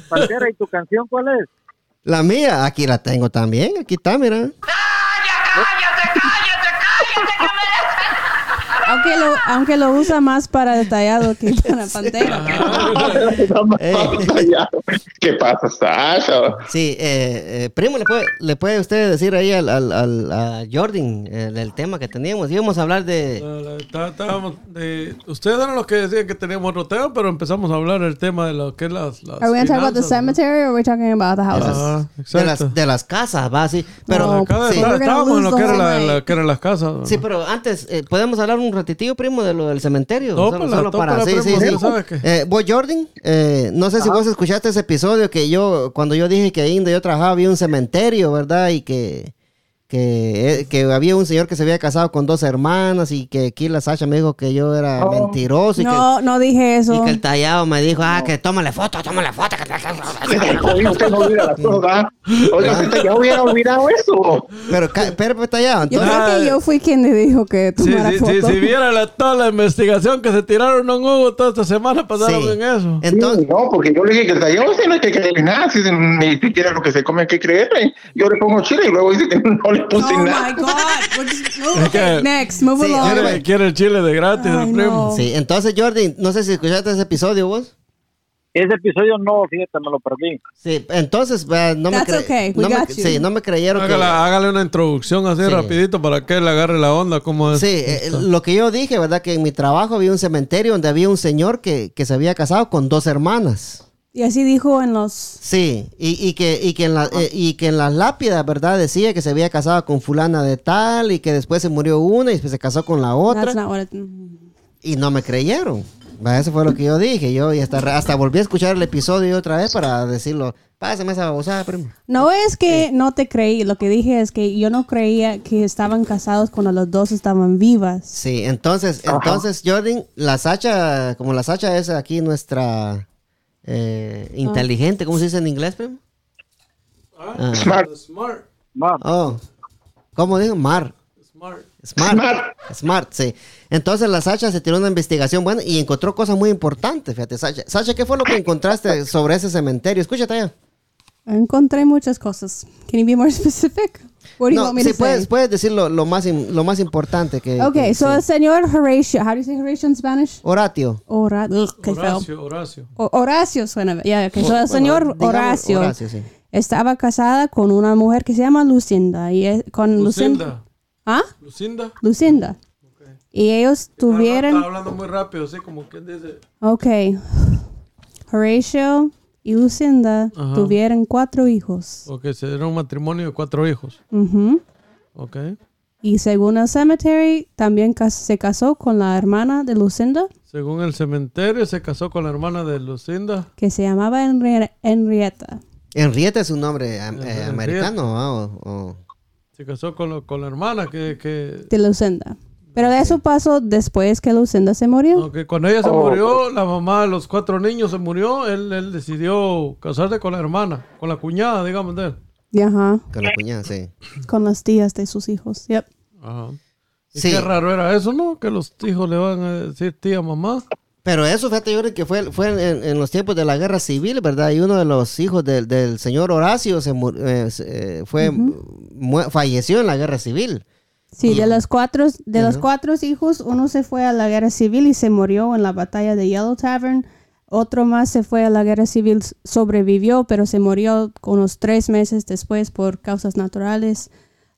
Pantera, ¿y tu canción cuál es? La mía, aquí la tengo también. Aquí está, mira. Aunque lo, aunque lo usa más para detallado que para pantera. Eh. Ey. ¿Qué pasa, Sasha? Sí, eh, eh, primo, ¿le puede, ¿le puede usted decir ahí al, al, al- a Jordan eh, del tema que teníamos? Íbamos a hablar de. No, la- está- estábamos de- ustedes eran los que decían que teníamos otro tema, pero empezamos a hablar del tema de lo que es las. las Are we going to talk about the finanzas, ¿no? cemetery or are we talking about the houses? Ah, De exacto. las, de las casas, va, sí. Pero, No, Acá sí, We're gonna estábamos en lo lose que the era, la, whole la- night. que eran las casas. ¿no? sí, pero antes, eh, ¿podemos hablar un ratitito, primo, de lo del cementerio? Tópala, tópala, Sí, pues, primo, sí, sí. ya sabes que- Eh, vos, Jordan, eh, no sé si vos escuchaste ese episodio que yo, cuando yo dije que ahí donde yo trabajaba había un cementerio, ¿verdad? Y que, Que, eh, que había un señor que se había casado con dos hermanas y que aquí la Sasha me dijo que yo era mentiroso y, No, no dije que, y eso. que el tallado me dijo, ah, que tómale foto, tómale foto. que- Oiga, usted no olvida las cosas. ¿ah? Oiga, Ah. usted ya hubiera olvidado eso. Pero, ca- pero, pues, tallado, Yo entonces... creo Ah. que yo fui quien le dijo que Si, tomara si- foto. si- si viera la, toda la investigación que se tiraron en Hugo toda esta semana, pasaron sí. en eso. Entonces, no, porque yo le dije que el tallado usted no hay que creerle nada, si ni siquiera lo que se come hay que creerle. Yo le pongo chile y luego dice que no le puse oh nada. my God. We're just- Es que- okay, next, move Sí, along. Quiere, quiere el chile de gratis, el Ay, no. primo. sí, entonces, Jordi, no sé si escuchaste ese episodio vos. Ese episodio no, fíjate, me lo perdí. Sí, entonces, eh, no me, That's cre- okay, we no, me got you. sí, no me creyeron que... Hágala- hágale una introducción así Sí. rapidito para que él agarre la onda como es. Sí, eh, lo que yo dije, ¿verdad? Que en mi trabajo había un cementerio donde había un señor que, que se había casado con dos hermanas. Y así dijo en los. Sí, y, y que, y, que en la- eh, y que en las lápidas, ¿verdad? Decía que se había casado con fulana de tal y que después se murió una y después se casó con la That's otra. not what it- Y no me creyeron. Va, Eso fue lo que yo dije. Yo y hasta, hasta volví a escuchar el episodio otra vez para decirlo. Pásame esa babosada, primo. No es que no te creí, lo que dije es que yo no creía que estaban casados cuando los dos estaban vivas. Sí, entonces, entonces, Jordan, la Sacha, como la Sacha es aquí nuestra Ah. eh, inteligente, ¿cómo se dice en inglés, primo? Ah, Smart, Smart, No, oh, ¿Cómo dijo? Mar. smart. Smart. Smart. sí. Entonces la Sacha se tiró una investigación buena y encontró cosas muy importantes, fíjate, Sacha. Sacha, ¿qué fue lo que encontraste sobre ese cementerio? Escúchate allá. Encontré muchas cosas. Can you be more specific? What do you No, want me sí, to say? puedes, puedes decir lo, lo más, im- lo más importante que... Okay, que- so sí. el señor Horatio, how do you say Horatio in Spanish? Horatio. Ora- ugh, qué feo. Horacio, Horacio. O- Horacio suena, ya, que so el señor digamos Horacio, Horacio, sí. estaba casada con una mujer que se llama Lucinda y es- con Lucinda, Lucinda. ¿ah? Lucinda. Lucinda. Y ellos tuvieron, Estaba hablando muy rápido, así como quien dice. ok, Horatio y Lucinda Ajá. tuvieron cuatro hijos. Ok, se dieron un matrimonio de cuatro hijos. Ujú. Ok. Y según el cemetery, también cas- se casó con la hermana de Lucinda, Según el cementerio, se casó con la hermana de Lucinda. que se llamaba Henri- Henrietta. Enrieta es un nombre am- eh, Enrieta. americano, ¿ah? O- o- Se casó con, lo- con la hermana que... que de Lucinda. Pero eso pasó después que Lucinda se murió. aunque cuando ella se Oh. murió, la mamá de los cuatro niños se murió, él, él decidió casarse con la hermana, con la cuñada, digamos, de él. Y Ajá, Con la cuñada, sí. con las tías de sus hijos. Yep. Ajá. Y Sí. Qué raro era eso, ¿no? Que los hijos le van a decir tía, mamá. Pero eso, fíjate, yo creo que fue, fue en, en los tiempos de la guerra civil, ¿verdad? Y uno de los hijos del, del señor Horacio se mu- eh, se- eh, fue, mu- falleció en la guerra civil. Sí, de los cuatro, de los cuatro hijos, uno se fue a la guerra civil y se murió en la batalla de Yellow Tavern. Otro más se fue a la guerra civil, s- sobrevivió, pero se murió unos tres meses después por causas naturales.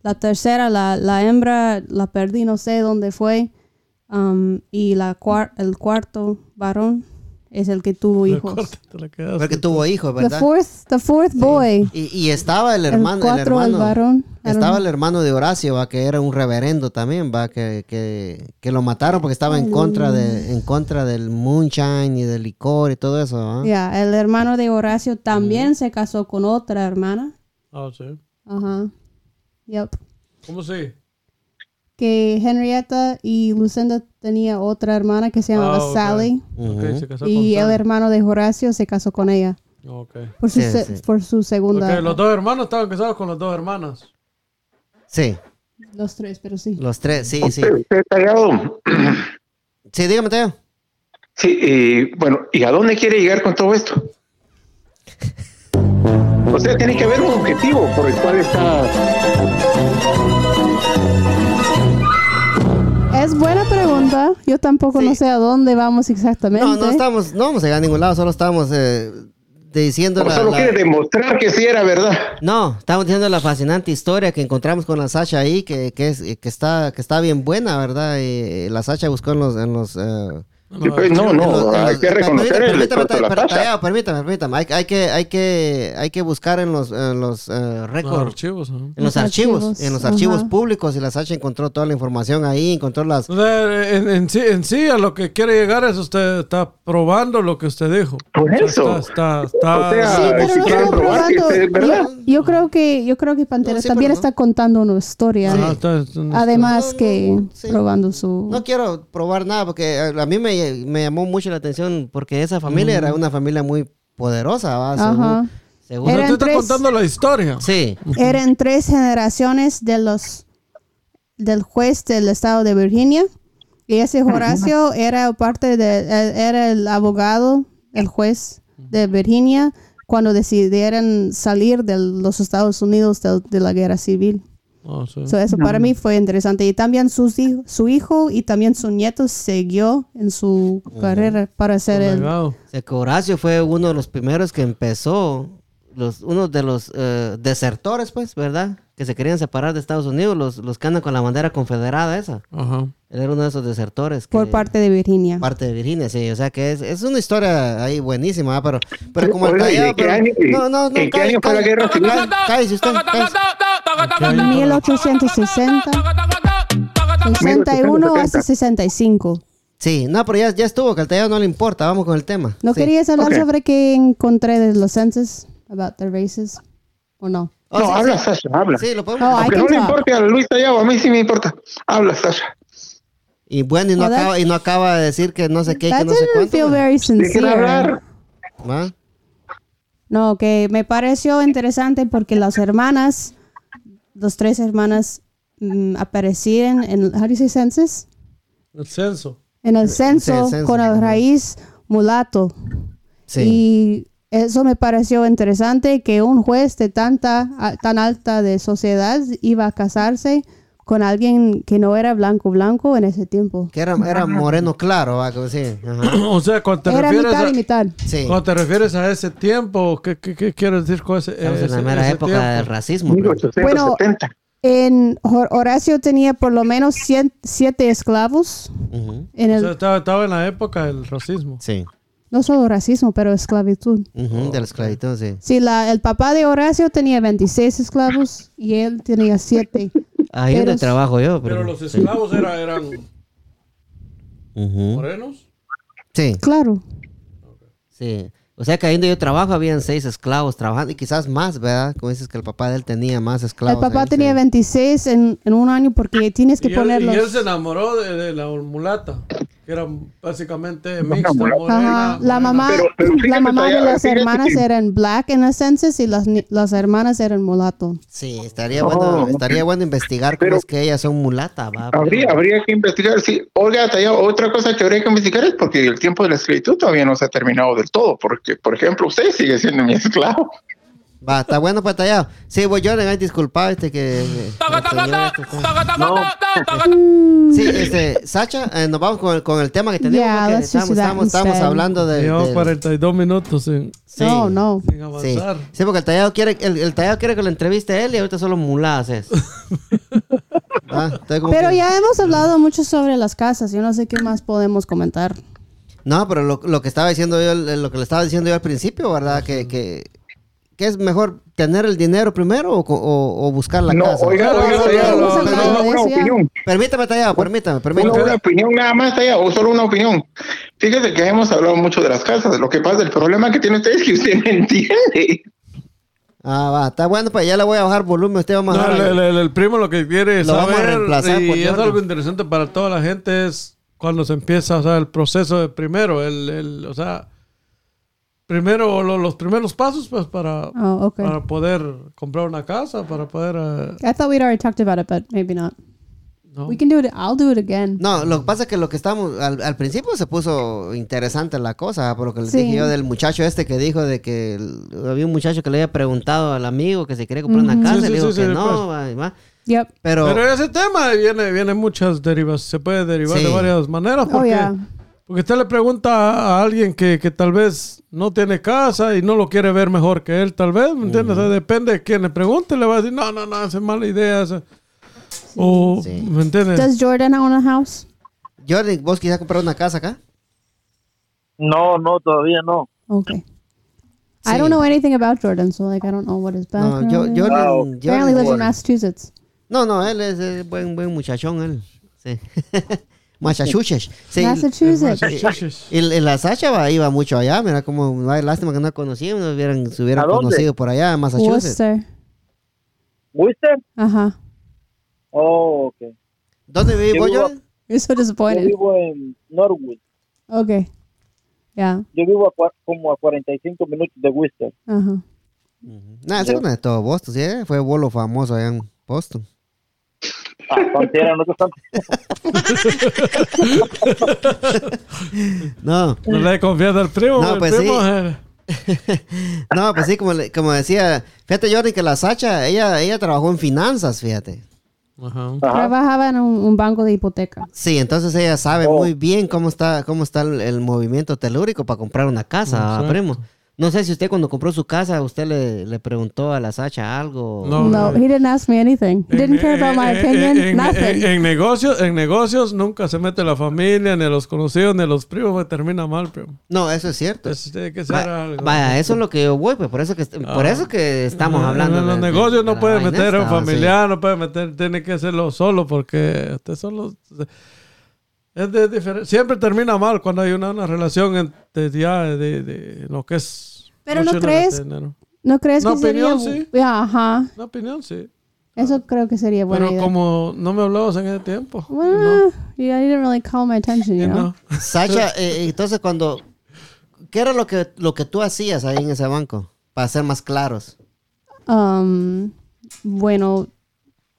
La tercera, la, la hembra, la perdí, no sé dónde fue. Um, y la cuar- el cuarto varón es el que tuvo hijos. Corta, te la quedas. Porque tuvo hijos, The ¿verdad? fourth, the fourth boy. Y, y estaba el El hermano, el, cuatro, el hermano. varón. I don't Estaba know. el hermano de Horacio, va, que era un reverendo también, va, que, que, que lo mataron porque estaba en contra de, en contra del moonshine y del licor y todo eso, ¿va? Ya, el hermano de Horacio también se casó con otra hermana. Ah, sí. Ajá. Yep. ¿Cómo sí? Que Henrietta y Lucinda tenía otra hermana que se llamaba Ah, ok. Sally. Ok, se casó Y con el Sally. hermano de Horacio se casó con ella. Ok. Por su, Sí, se- sí. Por su segunda. Ok, los dos hermanos estaban casados con las dos hermanas. Sí, Los tres, pero sí. los tres, sí, sí. Usted, usted tallado. Sí, dígame, Teo. Sí, y bueno, ¿y a dónde quiere llegar con todo esto? O sea, tiene que haber un objetivo por el cual está. Es buena pregunta. Yo tampoco Sí. no sé a dónde vamos exactamente. No, no estamos, no vamos a llegar a ningún lado, solo estábamos eh, diciendo O la, solo la- quiere demostrar que sí era verdad. no, estamos diciendo la fascinante historia que encontramos con la Sasha ahí, que, que es, que está, que está bien buena, ¿verdad? Y, eh, la Sasha buscó en los, en los eh, Pues, no, En los- no, en hay los- que reconocer el permítame, experto de la permítame, tasa. tallado, permítame, permítame. Hay, hay que, hay, que, hay que buscar en los, en los eh, Los récords. archivos. ¿no? En los Los archivos, archivos, en los ajá. archivos públicos y la Sasha encontró toda la información ahí, encontró las... O sea, En, en sí, en sí, a lo que quiere llegar es usted está probando lo que usted dijo. Por O sea, eso. Está, está, está- O sea, Sí, pero si no quieren estamos probar que probando. es verdad. Yo, yo creo que, yo creo que Pantera No, sí, también pero no. está contando una historia. Ajá, Ah, está- está- Además No, no, que sí. probando su... No quiero probar nada porque eh, a a mí me, me llamó mucho la atención porque esa familia era una familia muy poderosa, ¿va? Según- Ajá. según- Era- Usted eran está tres- contando la historia. Sí, Eran tres generaciones de los del juez del estado de Virginia. Y ese Horacio era parte de eh, era el abogado, el juez de Virginia cuando decidieron salir de los Estados Unidos del- de, la guerra civil. No, Ah, sí. So, eso para mí fue interesante. Y también sus hij- su hijo y también su nieto siguió en su carrera para Oh ser el... Legado. o sea, que Horacio fue uno de los primeros que empezó, los, uno de los eh, desertores, pues, ¿verdad? Que se querían separar de Estados Unidos, los, los que andan con la bandera confederada esa. Ajá. Él era uno de esos desertores. que- por parte de Virginia. parte de Virginia, sí. O sea que es, es una historia ahí buenísima, ¿ah? pero, pero como el Oiga, ¿y tallado, de qué pero- año- y- no, no, no, en qué calle, año fue la calle, guerra civil? calle, cállese usted, cállese. 1860, 61 hasta 65. Sí, no, pero ya, ya estuvo, que al tallado no le importa, vamos con el tema. ¿No Sí. querías hablar Ok. sobre qué encontré de los censos? About the races. ¿O no? Oh, no, sí, habla, sí. Sasha, habla. Sí, lo podemos. No, hay- Aunque I no can le talk. importe a Luis Tallado, a mí sí me importa. Habla, Sasha. Y bueno, y no, Well, that- acaba, y no acaba de decir que no sé qué, que That no sé didn't cuánto. feel very Dejen sincere. hablar. ¿va? No, que me pareció interesante porque las hermanas, los tres hermanas, mm, aparecían en, how do you say census? El censo. En el censo censo, con ajá. el raíz mulato. Sí. Y eso me pareció interesante que un juez de tanta a- tan alta de sociedad iba a casarse con alguien que no era blanco blanco en ese tiempo. Que era, era moreno claro, ¿va? Que sí. ajá. o sea, cuando te Era refieres mitad a... y mitad. Sí. Cuando te refieres a ese tiempo, ¿qué, qué, qué quieres decir con ese, Estamos en la eh, ese- mera ese época tiempo? del racismo. pero- 1870. En Hor- Horacio tenía por lo menos cien- siete esclavos. Ujú, En O el, sea, estaba, estaba en la época del racismo. Sí. no solo racismo, pero esclavitud. Ujú, De la esclavitud, sí. Sí, la, el papá de Horacio tenía 26 esclavos y él tenía siete. Ahí es Pero- donde trabajo yo. Pero, Pero los sí. esclavos era- eran Ujú, morenos. Sí. Claro. Sí. O sea que ahí donde yo trabajo habían seis esclavos trabajando y quizás más, ¿verdad? Como dices que el papá de él tenía más El esclavos. papá ahí, tenía sí. 26 en, en un año porque tienes que Y él, y ponerlos. él se enamoró de, de la mulata, que era básicamente mixta, mulata. morena. Ajá. La mamá, Pero- pero fíjate, la mamá de Taya, las fíjate hermanas que- eran black en el census y las, ni- las hermanas eran mulato. Sí, estaría, Oh, bueno, ok. estaría bueno investigar cómo Pero- es que ellas son mulata, ¿va? Habría, habría que investigar. Sí, Olga Tallado, otra cosa que habría que investigar es porque el tiempo de la esclavitud todavía no se ha terminado del todo. Porque, por ejemplo, usted sigue siendo mi esclavo. Va, está bueno patallado. Sí, pues, voy Jordan, ay, disculpa, este que... eh, el señor este, está- Sí, este, Sacha, eh, nos vamos con, con el tema que tenemos. Yeah, porque let's just estamos, do that estamos, estamos instead. hablando de... Llevamos del- 42 minutos sin, sí, No, no. sin Sí. avanzar. Sí, porque el tallado quiere, el, el tallado quiere que lo entreviste a él y ahorita solo muladas es. Ah, estoy como Pero que- ya hemos hablado mucho sobre las casas. Yo no sé qué más podemos comentar. No, pero lo, lo que estaba diciendo yo, lo que le estaba diciendo yo al principio, ¿verdad? Que, que, que es mejor tener el dinero primero o, co- o- o buscar la no, casa. oiga, Claro, oiga, claro, Tallado, claro, no, claro, no, eso una ya. opinión. Permítame, Tallado, permítame, Una, permítame. una opinión nada más allá, o solo una opinión. Fíjese que hemos hablado mucho de las casas. Lo que pasa, el problema que tiene usted es que usted no entiende. Ah, va, está bueno, pues ya le voy a bajar volumen, usted va a No, bajar. el, el- el- el primo lo que quiere es Lo vamos a saber, reemplazar por y es Jordan. algo interesante para toda la gente, es cuando se empieza, o sea, el proceso de primero, el, el- o sea, primero lo- los primeros pasos, pues, para, Oh, ok. para poder comprar una casa, para poder... eh, I thought we'd already talked about it, but maybe not. no. We can do it. I'll do it again. No, lo que pasa es que lo que estamos, al, al principio se puso interesante la cosa, por lo que les Sí. dije yo del muchacho este que dijo de que el- había un muchacho que le había preguntado al amigo que si quería comprar una casa, Sí, y le sí, dijo sí, que sí, no, pues. va, y va. Yep. Pero, Pero ese tema viene, viene muchas derivas, se puede derivar Sí. de varias maneras. Oh, Porque, yeah. porque usted le pregunta a alguien que, que tal vez no tiene casa y no lo quiere ver mejor que él, tal vez, ¿me entiendes? O sea, depende de quién le pregunte, le va a decir, no, no, no, esa es mala idea. esa". O, Sí. ¿me entiendes? Does Jordan own a house? Jordan, ¿vos quisieras comprar una casa acá? No, no, todavía no. Okay. Sí. I don't know anything about Jordan, so like I don't know what his No, background yo, is. yo, Wow. yo- Apparently lives in Massachusetts. no, no, él es, eh, buen, buen muchachón, él. Sí. Massachusetts. Sí. Massachusetts. Y, y la Sasha va- iba mucho allá, mira como ay, lástima que no conocíamos, nos hubieran, se hubieran ¿A dónde? conocido por allá en Massachusetts. Worcester. Uh-huh. ¿Wister? Ajá. Oh, ok. ¿Dónde vivís vos, Yo vivo- Jordan? You're so Yo disappointed. vivo en Norwood. Okay. Yeah. Yo vivo a cua- como a 45 minutos de Wister. Uh-huh. Ah. Nada, ese no es todo Boston, sí, eh, fue bolo famoso allá en Boston. Ah, Pantera, no te están- No, No le confías al primo. No, el pues primo, sí. eh, no, pues sí, como, le- como decía, fíjate Jordan que la Sacha, ella, ella trabajó en finanzas, fíjate. Ajá. Ajá. Trabajaba en un, un banco de hipoteca. Sí, entonces ella sabe Oh. muy bien cómo está, cómo está el, el movimiento telúrico para comprar una casa, Exacto. primo. No sé si usted cuando compró su casa, usted le, le preguntó a la Sacha algo. No, no, no. he didn't ask me anything. He didn't care about my Eh, eh, opinion. eh, en, nothing. en- en negocios, en negocios nunca se mete la familia, ni los conocidos, ni los primos, porque termina mal, primo. No, eso es cierto. Entonces tiene que ser Va- algo. Vaya, eso es lo que yo voy, pues por eso que, por eso que estamos Ah, hablando. En los de- de- negocios de no la puede vaina meter a un esta, sí. familiar, no puede meter, tiene que hacerlo solo porque usted solo. Es de- diferente. Siempre termina mal cuando hay una, una relación entre ya de, de lo que es. Pero no mucho crees- de dinero. ¿No crees Una que sería? opinión, sí. Yeah, ajá. Una opinión, sí. Eso creo que sería buena Pero idea. como no me hablabas en ese tiempo. Well, yeah, you didn't really call my attention, y you no, know. Sacha, eh, entonces cuando ¿qué era lo que lo que tú hacías ahí en ese banco? Para ser más claros. Am, bueno,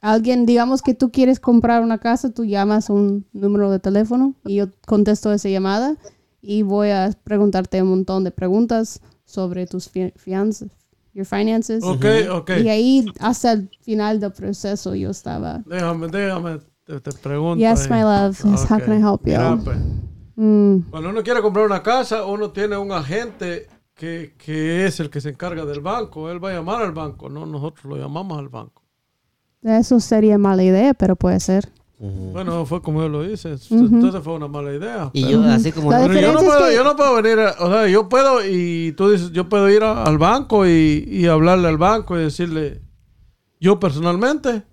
alguien, digamos que tú quieres comprar una casa, tú llamas un número de teléfono y yo contesto esa llamada y voy a preguntarte un montón de preguntas sobre tus fi- fianzas, your finances. Ok, ok. Y ahí hasta el final del proceso yo estaba. Déjame, déjame, te, te pregunto. Yes, ahí. my love. Yes, how Ok. can I help you? Mira, pues, Mm, Cuando uno quiere comprar una casa, uno tiene un agente que, que es el que se encarga del banco. Él va a llamar al banco, no nosotros lo llamamos al banco. eso sería mala idea, pero puede ser. Bueno, fue como yo lo hice. Entonces fue una mala idea. Y yo así como La Pero yo no, diferencia es puedo, que- yo no puedo venir, a- o sea, yo puedo y tú dices, yo puedo ir a- al banco y, y hablarle al banco y decirle, yo personalmente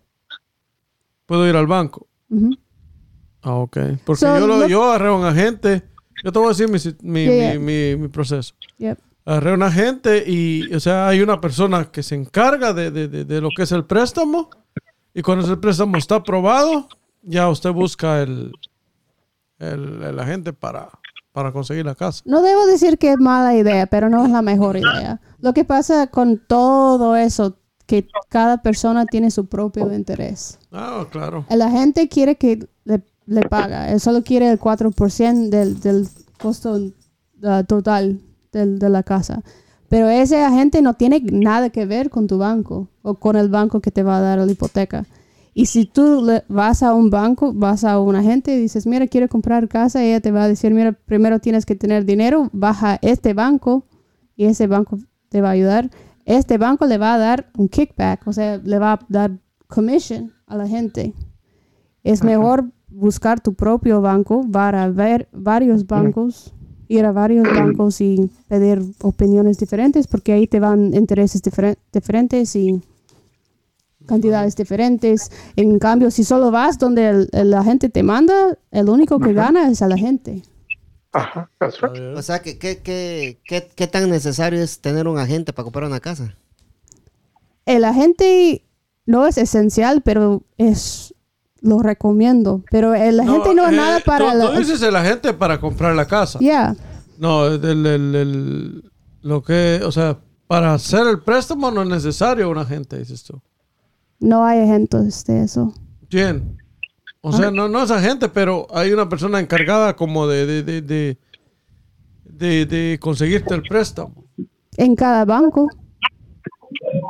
puedo ir al banco. Ujú. Ah, ok. Porque So, yo, lo- no- yo agarré a un agente, yo te voy a decir mi, si- mi, Yeah, yeah. mi- mi- mi proceso. Yep. Agarré a un agente y, o sea, hay una persona que se encarga de, de- de- de lo que es el préstamo y cuando el préstamo está aprobado, ya usted busca el, el, el agente para, para conseguir la casa. No debo decir que es mala idea, pero no es la mejor idea. Lo que pasa con todo eso, que cada persona tiene su propio interés. Ah, claro. La gente quiere que le, le paga, él solo quiere el 4% del, del costo uh, total del- de la casa. Pero ese agente no tiene nada que ver con tu banco o con el banco que te va a dar la hipoteca. Y si tú le- vas a un banco, vas a un agente y dices, mira, quiero comprar casa, ella te va a decir, mira, primero tienes que tener dinero, baja este banco y ese banco te va a ayudar. Este banco le va a dar un kickback, o sea, le va a dar commission a la gente. Es mejor buscar tu propio banco para ver varios bancos, ir a varios bancos y pedir opiniones diferentes, porque ahí te van intereses diferen- diferentes y cantidades diferentes. En cambio, si solo vas donde el- el- la gente te manda, el único que gana es a la gente. Ajá, that's right. O sea, que qué, qué, qué- qué tan necesario es tener un agente para comprar una casa? El agente no es esencial, pero es lo recomiendo. Pero el agente no es eh, nada para tú, la... tú dices el agente para comprar la casa. Yeah. No, el, el- el- lo que, o sea, para hacer el préstamo no es necesario un agente, dices tú. No hay agentes de eso. ¿Quién? O sea, no, no es agente, pero hay una persona encargada como de, de, de, de, de- de conseguirte el préstamo. En cada banco.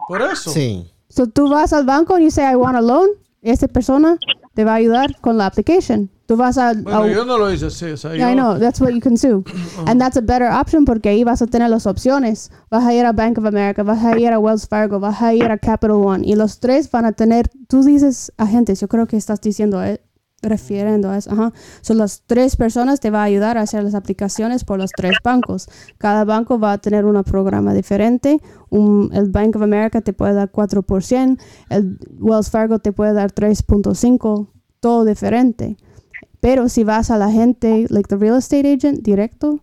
Por eso. Sí. So tú vas al banco y dices, I want a loan. Esta persona te va a ayudar con la application. Tú vas al... Bueno, a- yo no lo hice así. O sea, yo, I know, that's what you can do. And that's a better option porque ahí vas a tener las opciones. Vas a ir a Bank of America, vas a ir a Wells Fargo, vas a ir a Capital One. Y los tres van a tener, tú dices agentes, yo creo que estás diciendo eh, Refiriendo a eso, ajá. Son las tres personas te va a ayudar a hacer las aplicaciones por los tres bancos. Cada banco va a tener un programa diferente. Un- el Bank of America te puede dar 4%, el Wells Fargo te puede dar 3.5%, todo diferente. Pero si vas a la gente, like the real estate agent, directo,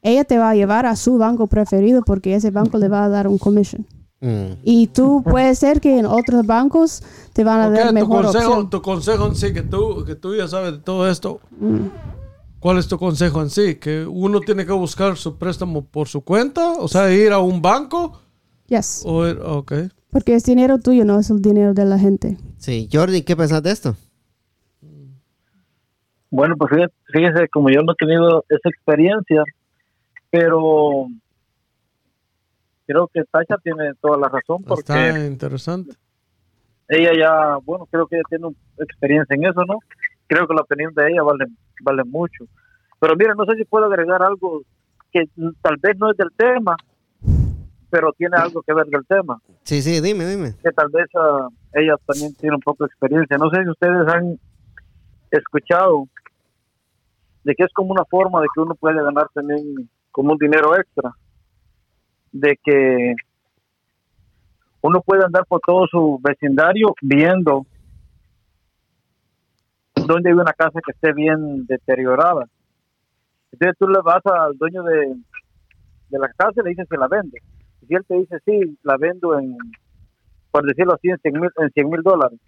ella te va a llevar a su banco preferido porque ese banco le va a dar un commission. Mm. Y tú puede ser que en otros bancos te van a Ok, dar tu mejor consejo, opción. tu consejo en sí, que tú, que tú ya sabes de todo esto. ¿Cuál es tu consejo en sí? Que uno tiene que buscar su préstamo por su cuenta, o sea, ir a un banco. Yes. O ir- ok. Porque es dinero tuyo, no es el dinero de la gente. Sí, Jordi, ¿qué pensás de esto? Bueno, pues fíjate- fíjese, como yo no he tenido esa experiencia, pero creo que Tacha tiene toda la razón porque Pues Está interesante. ella ya, bueno, creo que ella tiene un- experiencia en eso, ¿no? Creo que la opinión de ella vale, vale mucho. Pero mira, no sé si puedo agregar algo que mm, tal vez no es del tema, pero tiene algo que ver del tema, Sí, sí, dime, dime. que tal vez ah, ella también tiene un poco de experiencia. No sé si ustedes han escuchado de que es como una forma de que uno puede ganar también como un dinero extra, de que uno puede andar por todo su vecindario viendo dónde hay una casa que esté bien deteriorada. Entonces tú le vas al dueño de, de la casa y le dices que la vende. Y si él te dice, sí, la vendo en, por decirlo así, en 100 mil en 100 mil dólares.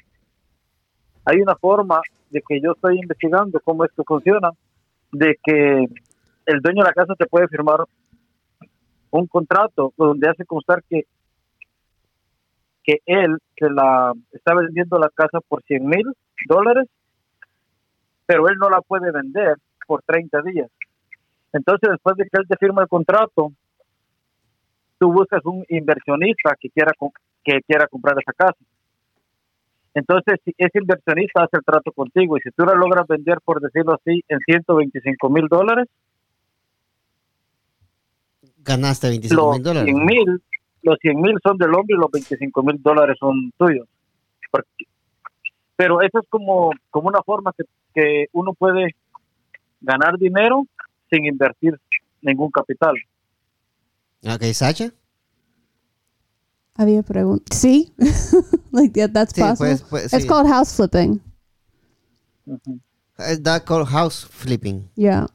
Hay una forma de que yo estoy investigando cómo esto funciona, de que el dueño de la casa te puede firmar un contrato donde hace constar que que él se la está vendiendo la casa por 100 mil dólares, pero él no la puede vender por 30 días. Entonces, después de que él te firma el contrato, tú buscas un inversionista que quiera com- que quiera comprar esa casa. Entonces, si ese inversionista hace el trato contigo y si tú la logras vender, por decirlo así, en 125 mil dólares, Ganaste 25 los mil dólares. 100 mil los 100 mil son del hombre y los 25 mil dólares son tuyos Porque- pero eso es como como una forma que, que uno puede ganar dinero sin invertir ningún capital Ok, Sacha. Había preguntas. Sí. like, yeah, that's Sí, possible. pues, pues, It's sí. called house flipping. Eh, That called house flipping. Yeah.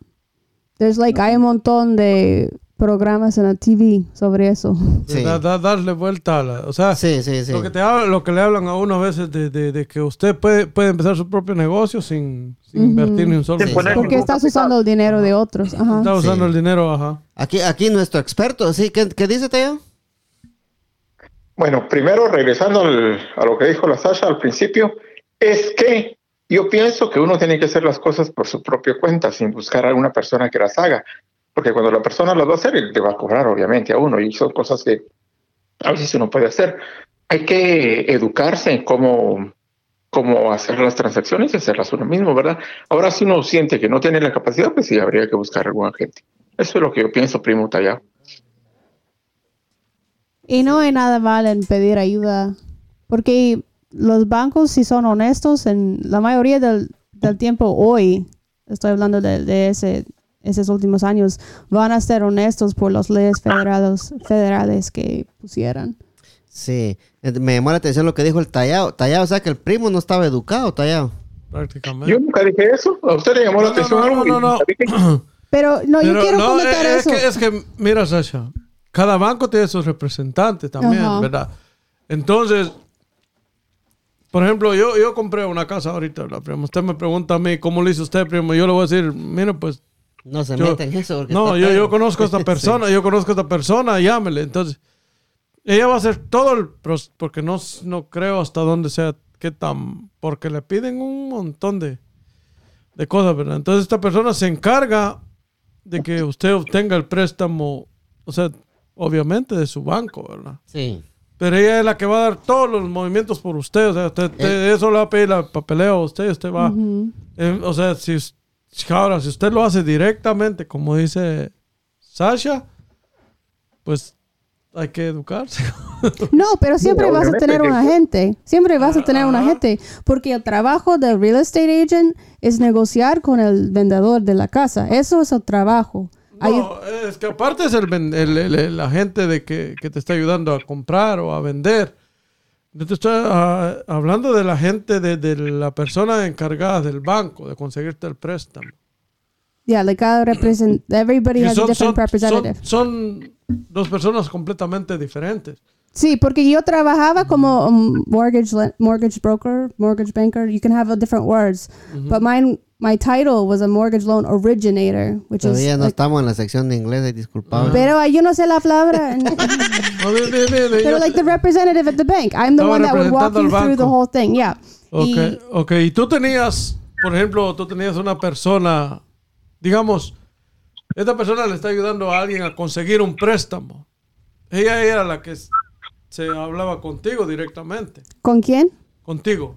There's like, hay un montón de programas en la TV sobre eso. Sí, Da- da- darle vuelta a la. O sea, sí, sí. sí. Lo, que te hablan- lo que le hablan a uno a veces de, de- de que usted puede, puede empezar su propio negocio sin, sin invertir ni un solo Sin centavo. poner Porque estás usando el dinero de otros. Ajá. Está usando Sí. el dinero, ajá. Aquí, aquí nuestro experto, sí, ¿qué, qué dice Teo? Bueno, primero regresando al- a lo que dijo la Sasha al principio, es que yo pienso que uno tiene que hacer las cosas por su propia cuenta, sin buscar a una persona que las haga, porque cuando la persona las va a hacer, él te va a cobrar obviamente a uno, y son cosas que a veces uno puede hacer. Hay que educarse en cómo, cómo hacer las transacciones y hacerlas uno mismo, ¿verdad? Ahora si uno siente que no tiene la capacidad, pues sí, habría que buscar algún agente. Eso es lo que yo pienso, primo Tallado. Y no hay nada mal en pedir ayuda, porque los bancos, si son honestos, en la mayoría del, del tiempo hoy, estoy hablando de, de ese, esos últimos años, van a ser honestos por las leyes federales, federales que pusieron. Sí, eh, me llamó la atención lo que dijo el Tallado. Tallado, o sea que el primo no estaba educado, Tallado. Prácticamente. Yo nunca dije eso. A usted le llamó la No, no, atención no, algo. no, y no. nunca dije. Pero no, yo Pero quiero no, eh, comentar es, eso. que, es que, mira, Sasha, cada banco tiene sus representantes también, Ajá. ¿verdad? Entonces, por ejemplo, yo, yo compré una casa ahorita, ¿verdad, primo? Usted me pregunta a mí, ¿cómo lo hizo usted, primo? Yo le voy a decir, mire, pues No se Yo- meten en eso. porque No, está yo, feo. yo conozco a esta persona, yo conozco a esta persona, llámele. Entonces, ella va a hacer todo el pros- porque no, s- no creo hasta dónde sea, qué tan, porque le piden un montón de, de cosas, ¿verdad? Entonces, esta persona se encarga de que usted obtenga el préstamo, o sea, obviamente de su banco, ¿verdad? Sí. Pero ella es la que va a dar todos los movimientos por usted. O sea, usted, usted- eso le va a pedir la papeleo a usted. Usted va. Eh, o sea, si, us- ahora, si usted lo hace directamente, como dice Sasha, pues hay que educarse. No, pero siempre No, vas a obviamente tener que- un agente. Siempre vas a tener un agente. Porque el trabajo del real estate agent es negociar con el vendedor de la casa. Eso es el trabajo. Ayu- No, es que aparte es el, ven- el- el- el- la gente de que, que te está ayudando a comprar o a vender. Yo te estoy ah, hablando de la gente, de, de la persona encargada del banco, de conseguirte el préstamo. yeah, like cada represent, Mm-hmm. everybody Que has a son, different son- representative. son- son dos personas completamente diferentes. Sí, porque yo trabajaba como um, mortgage le- mortgage broker, mortgage banker. You can have a different words, Mm-hmm. but mine my title was a mortgage loan originator, which is. Todavía no like- estamos en la sección de inglés, ay, disculpable. pero ah, yo no sé la palabra. No, de- de- de- de- Pero yo- like the representative at the bank, I'm the Estaba one that would walk you representando al through the banco. whole thing. Yeah. Ok, Y- ok. Y tú tenías, por ejemplo, tú tenías una persona, digamos, esta persona le está ayudando a alguien a conseguir un préstamo. Ella era la que s- se hablaba contigo directamente, ¿Con quién? contigo,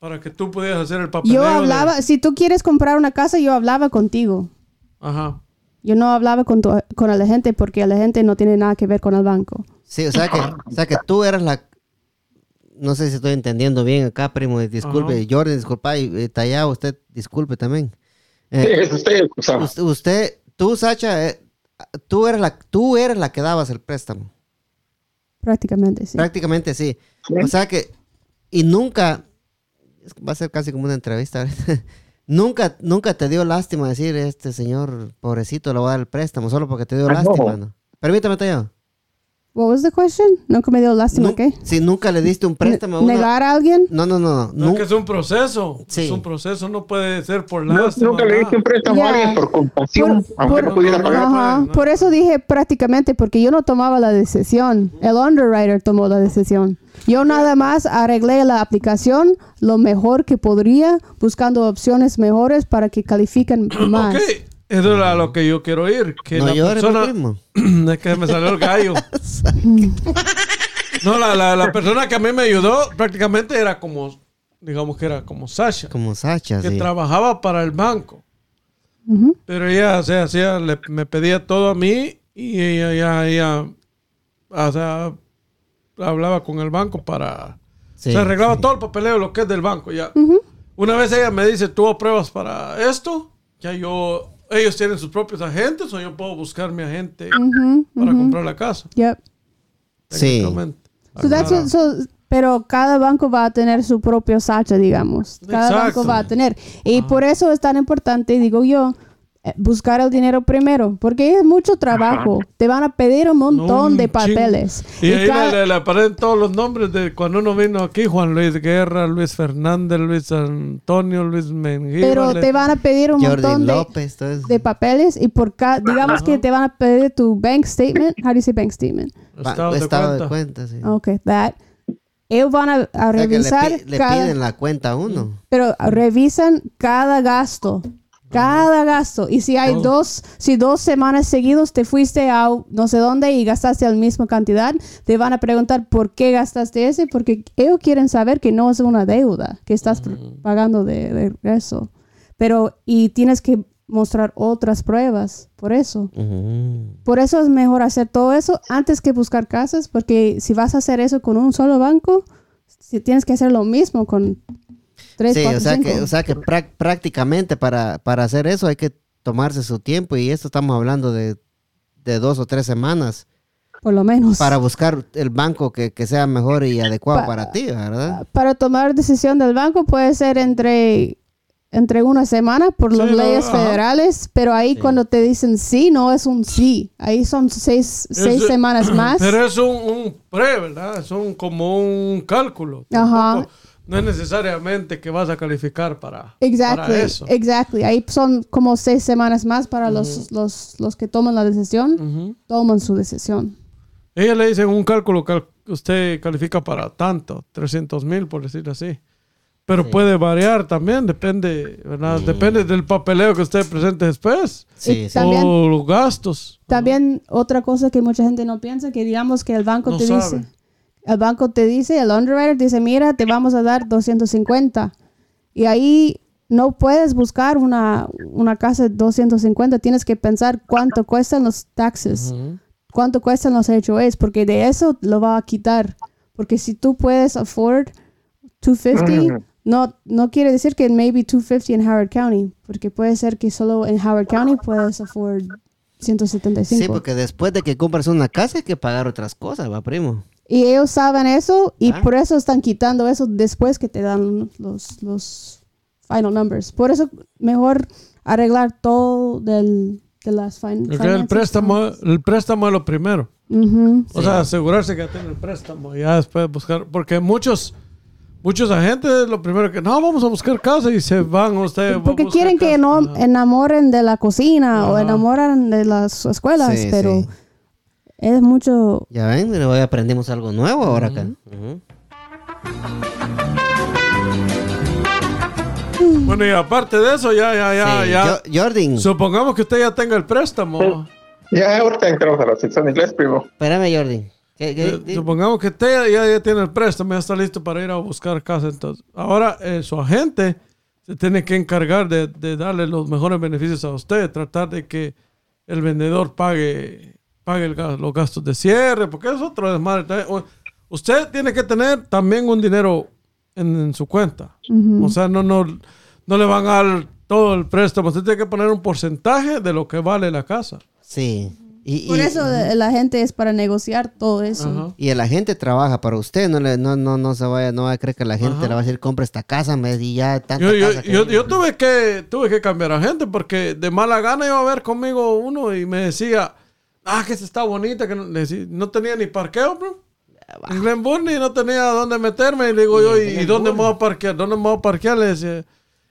para que tú pudieras hacer el papel. Yo hablaba, si tú quieres comprar una casa, yo hablaba contigo. Ajá. Yo no hablaba con, tu- con el agente porque el agente no tiene nada que ver con el banco. Sí, o sea que, o sea que tú eras la... No sé si estoy entendiendo bien acá, primo, eh, disculpe. Ajá. Jordan, disculpa, y eh, Tallá, usted disculpe también. Sí, Eh, es usted el excusado. us- usted, tú, Sacha, eh, tú, eres la, tú eres la que dabas el préstamo. Prácticamente, sí. Prácticamente sí. O sea que, y nunca, es que va a ser casi como una entrevista ahorita. nunca, nunca te dio lástima decir, este señor pobrecito le voy a dar el préstamo, solo porque te dio Ah, no. lástima. ¿no? Permítame, Tallá. What was the question? Nunca me dio lástima, Nu- ¿qué? Si nunca le diste un préstamo a una- ¿Negar a alguien? No, no, no, no. No, es Nun- que es un proceso. Sí. Es un proceso, no puede ser por No, lástima. nunca le nada. diste un préstamo a Ya. alguien por compasión, Por- aunque por- no pudiera no, pagar. Ajá. puede, no. Por eso dije prácticamente, porque yo no tomaba la decisión. El underwriter tomó la decisión. Yo nada más arreglé la aplicación lo mejor que podría, buscando opciones mejores para que califiquen más. Ok, eso era a lo que yo quiero ir. Que No la llores, mi persona... primo. es que me salió el gallo. no, la, la, la persona que a mí me ayudó prácticamente era como, digamos que era como Sasha, Como Sacha, que sí. trabajaba para el banco. Ujú. Pero ella, o sea, hacía- le- me pedía todo a mí y ella, ella, ella, o sea, hablaba con el banco para... Sí, se arreglaba sí. todo el papeleo, lo que es del banco, ya. Una vez ella me dice, ¿tú apruebas para esto? Ya yo... Ellos tienen sus propios agentes o yo puedo buscar mi agente Ujú, para ujú. comprar la casa. Yep. Sí. técnicamente. So that's what- so- pero cada banco va a tener su propio Sacha, digamos. Cada Exacto. banco va a tener. Y por eso es tan importante, digo yo, eh, buscar el dinero primero, porque es mucho trabajo. Te van a pedir un montón Un de chin- papeles. Y, ahí cada- le, le aparecen todos los nombres de cuando uno vino aquí, Juan Luis Guerra, Luis Fernández, Luis Antonio, Luis Mengíbar. pero le- te van a pedir un Jordi montón de, López, todo eso. de papeles y por cada, digamos que te van a pedir tu bank statement. How do you say bank statement? Pa- estado de estado cuenta. de cuenta, sí. Okay, that. Ellos van a, a O sea que le revisar pi- le, cada... piden la cuenta a uno. pero revisan cada gasto. Cada gasto. Y si hay Todo. dos, si dos semanas seguidos te fuiste a no sé dónde y gastaste la misma cantidad, te van a preguntar por qué gastaste ese, porque ellos quieren saber que no es una deuda que estás pagando de, de regreso. Pero, y tienes que mostrar otras pruebas por eso. Ujú. Por eso es mejor hacer todo eso antes que buscar casas, porque si vas a hacer eso con un solo banco, si tienes que hacer lo mismo con tres, Sí, cuatro, o sea que, cinco. o sea que prac- prácticamente para, para hacer eso hay que tomarse su tiempo y esto estamos hablando de, de dos o tres semanas por lo menos. para buscar el banco que, que sea mejor y adecuado Pa- para ti, ¿verdad? Para tomar decisión del banco puede ser entre, entre una semana por Sí, las no, leyes ajá. federales, pero ahí cuando te dicen sí, no es un sí. Ahí son seis, seis Es- semanas más. Pero es un, un pre, ¿verdad? Es un, como un cálculo. Ajá. Tampoco- No es necesariamente que vas a calificar para, Exactly, para eso. exactly. Ahí son como seis semanas más para los, los, los que toman la decisión, Ujú. toman su decisión. Ella le dicen un cálculo que usted califica para tanto, 300 mil, por decirlo así. Pero puede variar también, depende, ¿verdad? Depende del papeleo que usted presente después. Sí, sí. También- O los gastos. También otra cosa que mucha gente no piensa, que digamos que el banco No te sabe. dice, el banco te dice, el underwriter dice, mira, te vamos a dar 250. Y ahí no puedes buscar una, una casa de 250, tienes que pensar cuánto cuestan los taxes, cuánto cuestan los HOAs, porque de eso lo va a quitar. Porque si tú puedes afford 250, no, no quiere decir que maybe 250 en Howard County, porque puede ser que solo en Howard County puedes afford 175. Sí, porque después de que compras una casa hay que pagar otras cosas, va, primo. Y ellos saben eso y Ah. por eso están quitando eso después que te dan los, los final numbers. Por eso mejor arreglar todo del, de las fin- Porque finanzas. el préstamo, el préstamo es lo primero. Ujú. O sea, asegurarse que tenga el préstamo y ya después buscar. Porque muchos, muchos agentes lo primero que. No, vamos a buscar casa y se van ustedes. Porque quieren que no enamoren de la cocina o Ajá. enamoran de las escuelas, Sí, pero sí. es mucho... Ya ven, pero hoy aprendimos algo nuevo ahora acá. Ujú. Bueno, y aparte de eso, ya, ya, ya, Sí, ya. Jo- Jordan, Supongamos que usted ya tenga el préstamo. Ya ahorita entramos a la sección de inglés, primo. espérame, Jordan. ¿Qué- qué- Eh, di- supongamos que usted ya, ya tiene el préstamo, ya está listo para ir a buscar casa. Entonces, ahora eh, su agente se tiene que encargar de, de darle los mejores beneficios a usted, tratar de que el vendedor pague, pague el gas- los gastos de cierre, porque es otro desmadre. También, o- Usted tiene que tener también un dinero en, en su cuenta. O sea, no, no, no le van a dar todo el préstamo. Usted tiene que poner un porcentaje de lo que vale la casa. Sí. Y, Por y- eso eh, la gente es para negociar todo eso. Ajá. y el agente trabaja para usted, no, le- no, no, no se vaya, no va a creer que la gente le va a decir compra esta casa me di ya tanta Yo, yo- casa que- yo- yo tuve que tuve que cambiar a gente porque de mala gana iba a ver conmigo uno y me decía, ah, que esta está bonita, que no, le decí- no tenía ni parqueo, bro. En Glen Burnie no tenía dónde meterme y le digo yo, ¿y dónde me voy a parquear? ¿Dónde me voy a parquear? Le decía.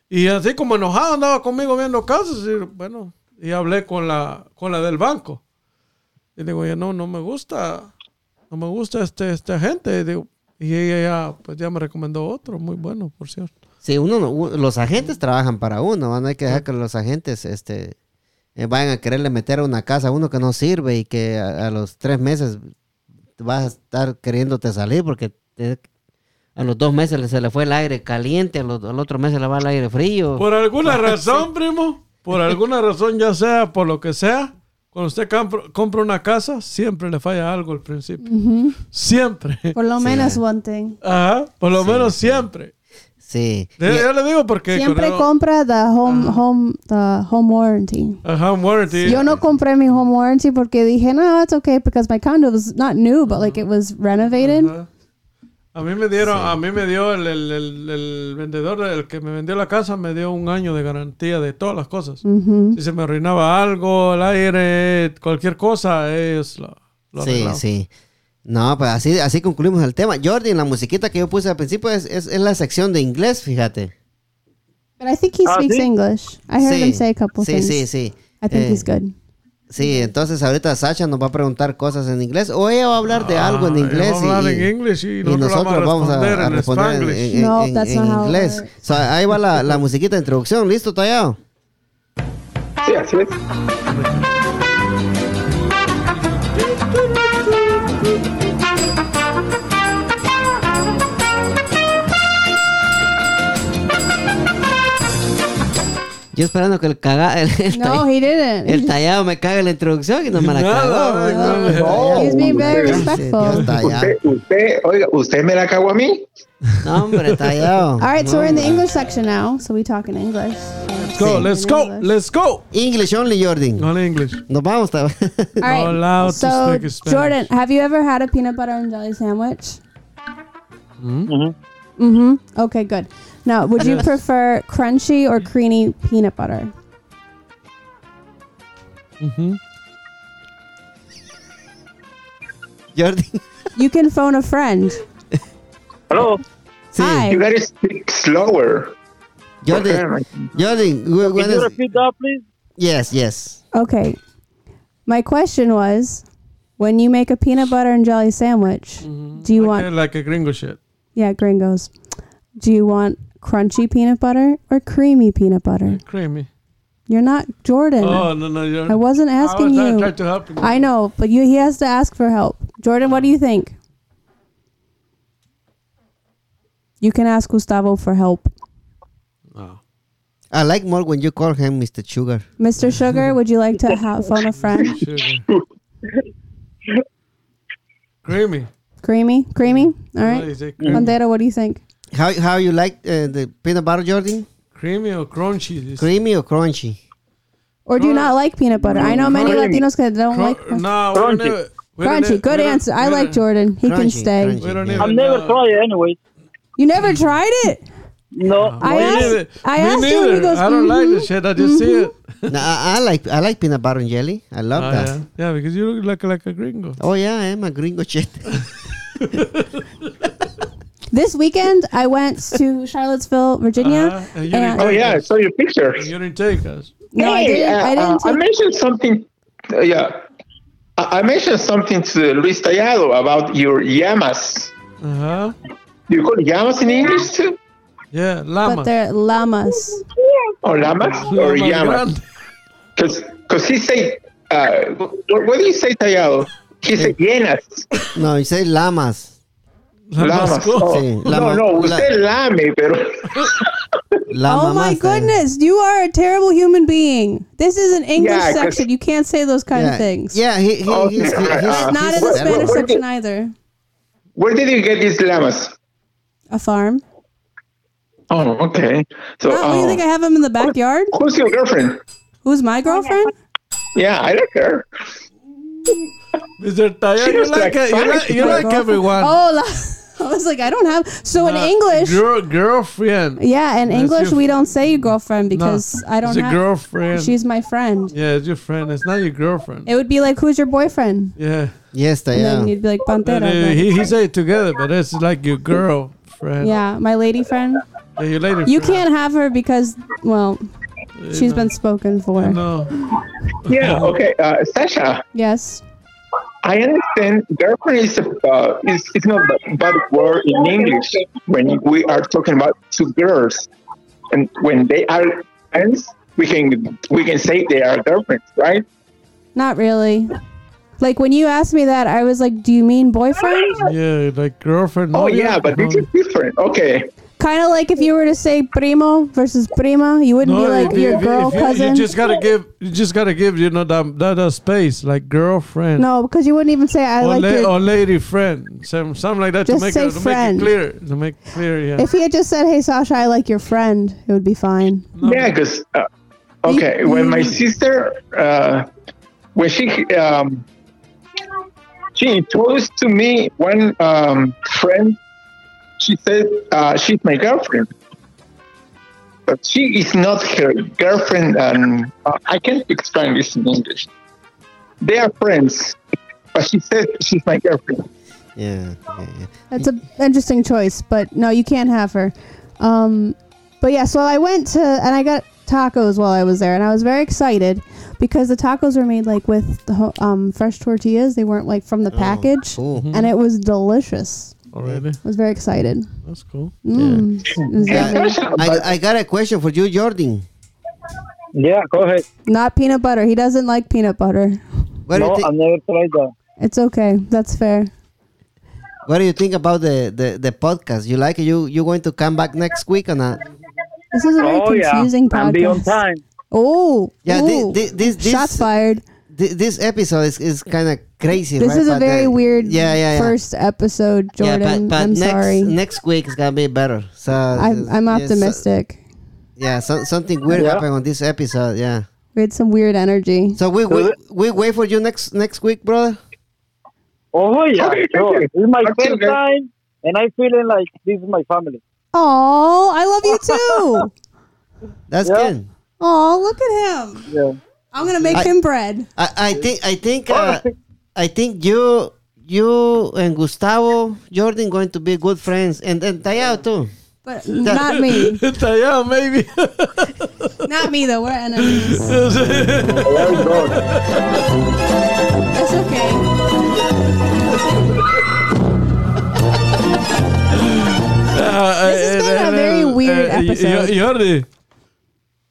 Y así como enojado andaba conmigo viendo casas y bueno, y hablé con la, con la del banco. Y le digo, ya no, no me gusta, no me gusta este, este agente. Y, digo, y ella ya, pues ya me recomendó otro, muy bueno, por cierto. Sí, uno, no- u- los agentes trabajan para uno, ¿va? no hay que dejar que los agentes este, eh, vayan a quererle meter a una casa a uno que no sirve y que a, a los tres meses vas a estar queriéndote salir porque te- a los dos meses se le fue el aire caliente, a los- al otro mes se le va el aire frío. Por alguna razón, primo, por alguna razón, ya sea por lo que sea, cuando usted compro- compra una casa, siempre le falla algo al principio. Siempre. Por lo menos one thing. Ajá, por lo menos siempre. Sí. Ya ya le digo porque... Siempre cuando- compra the home, home, the home warranty. Ajá, warranty. Yo no compré mi home warranty porque dije, no, it's okay because my condo was not new, but like it was renovated. Ajá. A mí me dieron, a mí me dio el, el- el- el vendedor, el que me vendió la casa, me dio un año de garantía de todas las cosas. Mm-hmm. Si se me arruinaba algo, el aire, cualquier cosa, ellos lo, lo Sí, arreglaban. sí. No, pues así, así concluimos el tema. Jordan, la musiquita que yo puse al principio es, es, es la sección de inglés, fíjate. But I think he Ah, speaks sí? English. I heard sí. him say a couple sí, things. sí, sí. I think Eh, he's good. Sí, entonces ahorita Sasha nos va a preguntar cosas en inglés o ella va a hablar de algo en Ah, inglés. vamos a hablar en inglés y nosotros vamos a responder en en, Spanglish. en- No, en- that's en not how it inglés. works. So, ahí va la, la musiquita de introducción. ¿Listo, Tallado? Sí, así es. Yo esperando que el caga, el, el No, Tallado- he didn't. el Tallado me cague la introducción y no me la Nada, cagó. ay, güey. no, El Tallado- no, He's being very Dios, Dios, respectful. Tallado. Usted, usted, oiga, ¿usted me la cagó a mí? No, hombre, Tallado. All right, so No, we're in the hombre. English section now. So we talk in English. Let's go, let's go, let's go. English only, Jordan. No en inglés. Nos vamos, Tallado. All right. allowed to so speak Spanish. Jordan, have you ever had a peanut butter and jelly sandwich? ¿Mm? Ujú. Mm-hmm. Okay, good. Now, would you prefer crunchy or creamy peanut butter? Jordan. You can phone a friend. Aló. Sí. Hi. You gotta speak slower. Jordan. Jordan. we- Can when you is- repeat that, please? Yes, yes. Okay. My question was when you make a peanut butter and jelly sandwich, do you Mm-hmm. Like, want, a- like a gringo shit. yeah, gringos, do you want crunchy peanut butter or creamy peanut butter? Creamy. You're not Jordan. Oh, no, no, you're. I wasn't asking I was you. trying to help you. I know, but you, he has to ask for help. Jordan, what do you think? You can ask Gustavo for help. No. I like more when you call him Mr. Sugar. Mr. Sugar, would you like to ha- phone a friend? Sugar. Creamy. Creamy, creamy. All No, right. you say creamy. Bandera, what do you think? How, how you like uh, the peanut butter, Jordan? creamy or crunchy. It's Creamy or crunchy? Or do you not like peanut butter? I know many Creamy. Latinos that don't cru- like no, Crunchy. We don't need- we don't crunchy. need- Good we don't- answer. I we like don't- Jordan. He can Crunchy, stay. crunchy, We don't yeah. need I've it, never no. tried it anyway. You never tried it. No, I Me asked. neither. I Me asked him. neither. He goes. I don't like "Mhm." this shit. I just see it. No, I, I like I like peanut butter and jelly. I love Oh, that. yeah. yeah, because you look like like a gringo. Oh yeah, I am a gringo shit. This weekend, I went to Charlottesville, Virginia. Uh-huh. And you and- Oh yeah, I saw your picture. You didn't take us. No, I Hey, didn't. uh, I uh, didn't. I Take, mentioned something. uh, yeah, I, I mentioned something to Luis Tallado about your llamas. Uh huh. Do you call it llamas in English too? Yeah, but llama. they're llamas. Or llamas? Or Llama llamas? grande. Because he say, uh, what, what do you say, Tallado? He said Eh. llenas. No, you say llamas. Llamas. mascota. Oh, Sí, no, lama- no, la- usted lame, pero. Llama Oh my master. goodness! You are a terrible human being. This is an English Yeah, 'cause- section. You can't say those kind Yeah, of things. yeah he, he, Okay, he's, all right, he's- uh, Not he's in the Well, Spanish well, section either. Where did you get these llamas? A farm. Oh, okay. So, Not, what, you uh, think I have them in the backyard? who's your girlfriend? Who's my girlfriend? Yeah, I like her. Mr. Tayo, Oh. She you was like, like you like, you My like girlfriend. everyone. Oh, la- I was like, I don't have. So in Uh, English, Girl, girlfriend. yeah, in That's English your- we don't say girlfriend No, because I don't It's a have. girlfriend. She's my friend. yeah, it's your friend. It's not your girlfriend. It would be like, who's your boyfriend? yeah. yes, And then Tallado. you'd be like, Pantera. And, uh, but- he, he said it together, but it's like your girlfriend. yeah, my lady friend. Yeah, your lady You friend. can't have her because, well, she's been spoken for. No. Yeah, okay. Uh, Sasha. Yes. I understand girlfriend is a, uh, is, is not a bad word in English when we are talking about two girls, and when they are friends, we can we can say they are girlfriends, right? Not really. Like when you asked me that, I was like, "Do you mean boyfriend?" Yeah, like girlfriend. Oh novia, yeah, but this no. is different. Okay, Kind of like if you were to say primo versus prima, you wouldn't be like if you- your if you- girl if you- cousin. You just gotta give. You just gotta give. You know that that, that space, like girlfriend. no, because you wouldn't even say I Or, like la- your. or lady friend, some, something like that to Just make, say it, to make it friend. clear. To make clear, yeah. If he had just said, "Hey Sasha, I like your friend," it would be fine. yeah, because uh, okay, when my sister uh, when she um, she introduced to me one um, friend, she said uh, she's my girlfriend. but she is not her girlfriend. And uh, I can't explain this in English. They are friends, but she said she's my girlfriend. Yeah, yeah, yeah. That's an interesting choice, but no, you can't have her. Um, but yeah, so I went to and I got tacos while I was there, and I was very excited because the tacos were made like with the ho- um, fresh tortillas. They weren't like from the package, cool. Mm-hmm. and it was delicious. Already, I was very excited. that's cool. Mm. It was Yeah. lovely. I, I got a question for you, Jordan. yeah, go ahead. Not peanut butter. He doesn't like peanut butter. What do no, you I've think? never tried that. It's okay. That's fair. What do you think about the, the, the podcast? You like it? You you going to come back next week or not? This is a very Oh yeah, confusing podcast. and be on time. Oh, Yeah, thi- ooh. thi- this- this- shots fired. Th- this episode is, is kind of crazy. This right? is a But very the- weird Yeah, yeah, yeah. first episode, Jordan. yeah, but, but I'm next, sorry. Next week is gonna be better. So I'm, I'm yeah, so- optimistic. Yeah, so, something weird Yeah. happened on this episode. Yeah. we had some weird energy. So we we, we wait for you next next week, brother. Oh yeah, Okay, thank sure. you. It's my That's first okay. time, and I feeling like this is my family. Oh, I love you too. That's Yeah. good. Oh, look at him. Yeah. I'm gonna make I- him bread. I, I think I think uh, I think you you and Gustavo Jordan going to be good friends, and then Tayao too. But not me. yeah, maybe. Not me though. We're enemies. There we go. That's okay. this has been a Eh, very weird episode. Jordi,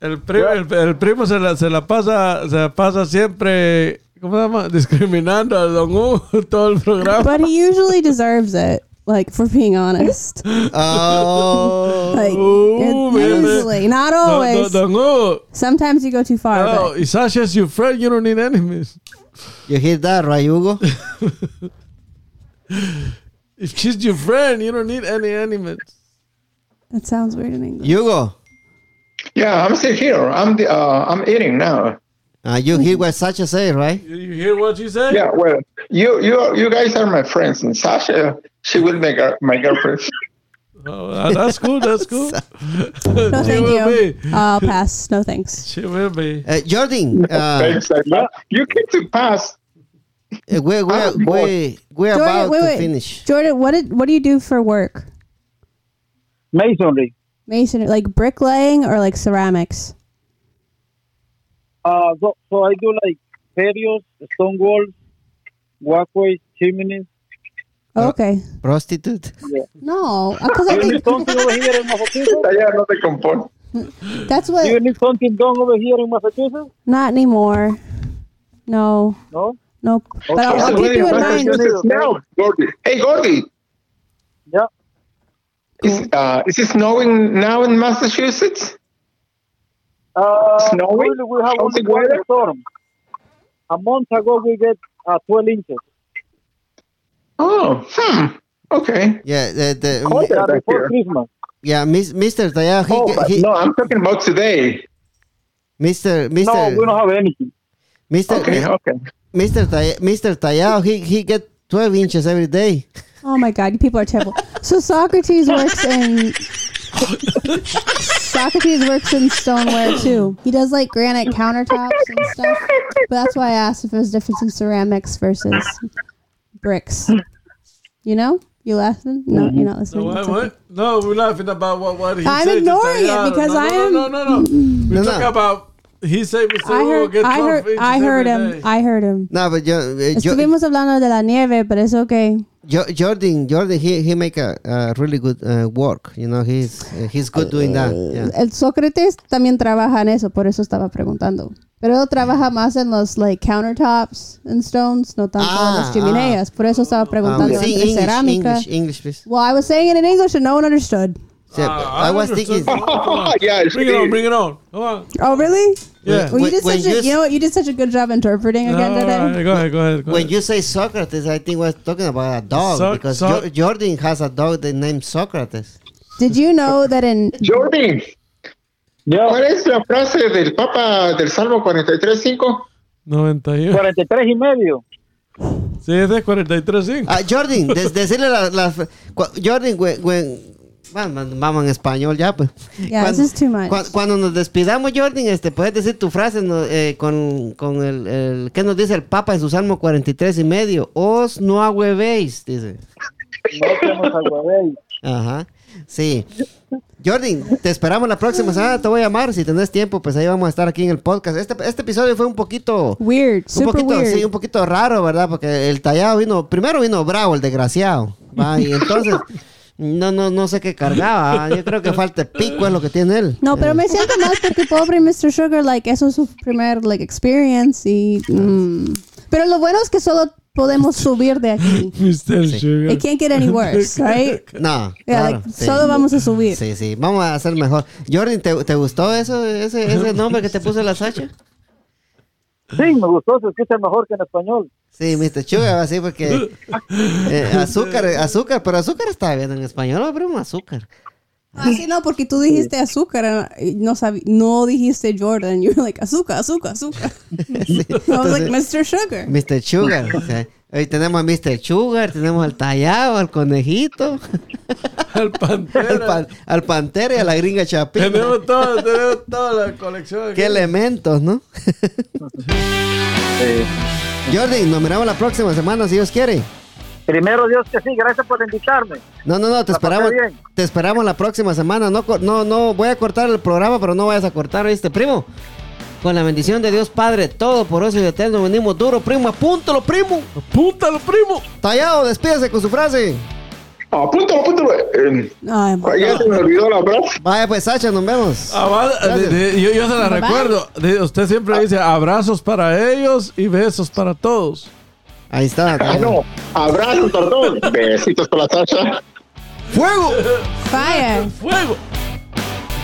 el primo, el, el primo se la, se la pasa, se la pasa siempre, ¿cómo se llama? Discriminando a Don Hugo todo el programa. But he usually deserves it. Like, for being honest. Oh. Like, Ooh, it- man. usually. Not No, always. no, no. Sometimes you go too far. No, if Sasha's your friend, you don't need enemies. You hear that, right, Hugo? If she's your friend, you don't need any enemies. but it sounds weird in English. Hugo, Yeah, I'm still here. I'm the, uh, I'm eating now. uh, you hear what Sasha say, right? You, you hear what she said? Yeah, well, you you you guys are my friends, and Sasha, she will make our, my girlfriend. Oh, uh, that's cool. That's cool. No, she thank will you. be. I'll pass. No, thanks. She will be. Uh, Jordan, uh, Thanks a lot. You get to pass. we, we, Ah, we, we're Jordan, about wait, to wait. finish. Jordan, what did what do you do for work? Masonry. Mason, like bricklaying or like ceramics? Uh, so, so I do like patios, stone walls, walkways, chimneys. Uh, okay. Prostitute. No, because I You need think something over here in Massachusetts? Allá no te compone. that's You what. need something done over here in Massachusetts? Not anymore. No, No? nope. But I'll, It's I'll keep already you in Massachusetts mind. now, Gordy. Hey, Gordy. Yeah. Is, uh, is it snowing now in Massachusetts? Uh, Snowy? really, we have How's only the one weather? storm. A month ago, we get uh, 12 inches. Oh, hmm. Okay. Yeah, the, the, Cold Yeah, back before here. Christmas. yeah, mis- Mr. Taya, he, Oh, but he, no, I'm talking about today. Mr. No, Mr. we don't have anything. Mr. Okay, okay. Mr. Tay- Mr. Tayao, he he get 12 inches every day. Oh my God, you people are terrible. So Socrates works in. Socrates works in stoneware too. He does like granite countertops and stuff. But that's why I asked if there's difference in ceramics versus bricks. You know? You laughing? No, you're not No, listening. what, It's okay. what? no, we're laughing about what, what he I'm said. ignoring it Tayaro. because no, I no, am- No, no, no. no. We No, talk no. about he said Mr. I Hugo heard, get I 12 heard, inches I heard every him. day. I heard him. No, but jo- uh, jo- Estuvimos hablando de la nieve, but it's okay. jo- Jordan, Jordan, he he make a, a really good uh, work. You know, he's uh, he's good doing that. Yeah. El Sócrates también trabaja en eso, por eso estaba preguntando. Pero él trabaja más en los like countertops and stones, no tanto en Ah, las chimeneas. Por eso estaba Um, preguntando sí, entre English, cerámica. English, English, please. Well, I was saying it in English and no one understood. So, Ah, I was thinking, understood. Come on. Yeah, Bring it on, Steve. bring it on. Come on. Oh, really? Yeah. Well, you When- did when such a, you s- you know what? You did such a good job interpreting No, again all today. right, Ah, go ahead, go ahead. Go when ahead. you say Socrates, I think we're talking about a dog Soc- because Soc- jo- Jordan has a dog that named Socrates. Did you know that in Jordi, ¿cuál Yeah, es la frase del Papa del Salmo 43.5? 91. 43 y medio. Sí, es de 43.5. Ah, Jordan, de- decirle la, la- cu- Jordan, when- when- van- van- vamos en español ya, pues. Yeah, Cuan- this is too much. cuan- Cuando, nos despidamos, Jordan, este, puedes decir tu frase no, eh, con, con el, el- ¿Qué nos dice el Papa en su Salmo 43 y medio? Os no ahuevéis, dice. No tenemos agua, Ajá, sí. Jordan, te esperamos la próxima semana, te voy a llamar. Si tenés tiempo, pues ahí vamos a estar aquí en el podcast. Este, este episodio fue un poquito... weird, Un super poquito, weird? sí, un poquito raro, ¿verdad? Porque el tallado vino, primero vino bravo, el desgraciado. ¿va? Y entonces, no, no, no sé qué cargaba. ¿va? Yo creo que falta de pico es lo que tiene él. No, pero me siento mal porque pobre Mr. Sugar, like, eso es su primer, like, experience y... mm. Pero lo bueno es que solo podemos subir de aquí. Mr. Sugar. It can't get any worse, right? No, Yeah, claro, like, sí. solo vamos a subir. Sí, sí, vamos a hacer mejor. Jordan, ¿te, te gustó eso, ese, ese nombre que te puso la Sacha? Sí, me gustó, se escucha mejor que en español. Sí, Mr. Sugar, así porque eh, azúcar, azúcar, pero azúcar está bien en español, ¿va, primo, azúcar. Así Ah, no, porque tú dijiste azúcar, eh, no sabi- no dijiste Jordan. You were like, azúcar, azúcar, azúcar. Sí, I was like, entonces- Mr. Sugar. Mr. Sugar. o sea, hoy tenemos a Mr. Sugar, tenemos al tallado, al conejito, Al al, pantera. pan- al pantera y a la gringa chapina. Tenemos todo, tenemos toda la colección. Qué elementos, ¿no? Eh, Jordi, nos miramos la próxima semana si Dios quiere. primero Dios que sí, gracias por invitarme. No, no, no, te La pasé esperamos. bien. Te esperamos la próxima semana. No, co- no, no, voy a cortar el programa, pero no vayas a cortar, ¿viste, primo? Con la bendición de Dios Padre, todo poroso y eterno, venimos duro, primo. Apúntalo, primo. ¡Apúntalo, primo! Tallado, despídase con su frase. Apúntalo, apúntalo. Eh, Ay, my Ah, ya se me olvidó la frase. Vaya, pues, Sacha, nos vemos. Ah. Aba- Ah, de- de- yo, yo se la Bye. recuerdo. De- usted siempre dice abrazos para ellos y besos para todos. Ahí está. Ah, no. Abrazos, perdón. Besitos para la Sasha. ¡Fuego! Fire. ¡Fuego!